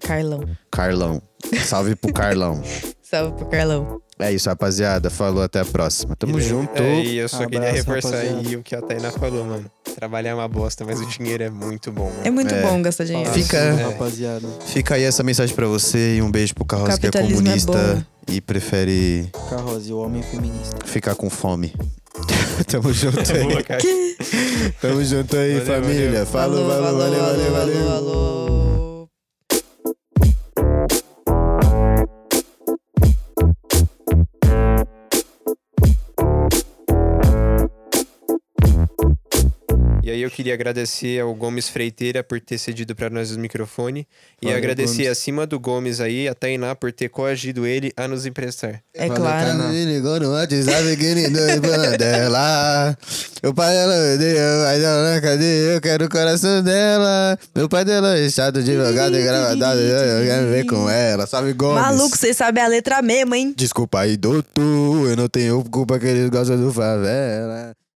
Carlão. Carlão. Salve pro Carlão. Salve pro Carlão. É isso, rapaziada. Falou, até a próxima. Tamo E daí- junto. É, e eu só queria Abraço, reforçar aí rapaziada. o que a Tainá falou, mano. Trabalhar é uma bosta, mas o dinheiro é muito bom, *laughs* mano. É muito É. bom gastar dinheiro. Fala Fica- assim, É. Rapaziada. Fica aí essa mensagem pra você e um beijo pro Carlos que é Capitalismo é comunista e prefere Carrozinho, o homem feminista. ficar com fome. *laughs* Tamo junto Boa, aí. cara. Tamo junto aí, Valeu, família. valeu. Falou, falou, valeu, valeu, valeu. alô, alô. E aí eu queria agradecer ao Gomes Freiteira por ter cedido pra nós o microfone. e Valeu, agradecer Gomes. acima do Gomes aí a Tainá por ter coagido ele a nos emprestar. É claro. Ela me ligou no WhatsApp querido, e manda dela. O pai dela me deu, mas ela na cadeia, eu quero o coração dela. Meu pai dela é chato, advogado e gravadado, eu quero ver com ela. Salve Gomes. Maluco, vocês sabem a letra mesmo, hein? Desculpa aí, doutor, eu não tenho culpa que eles gostam do favela.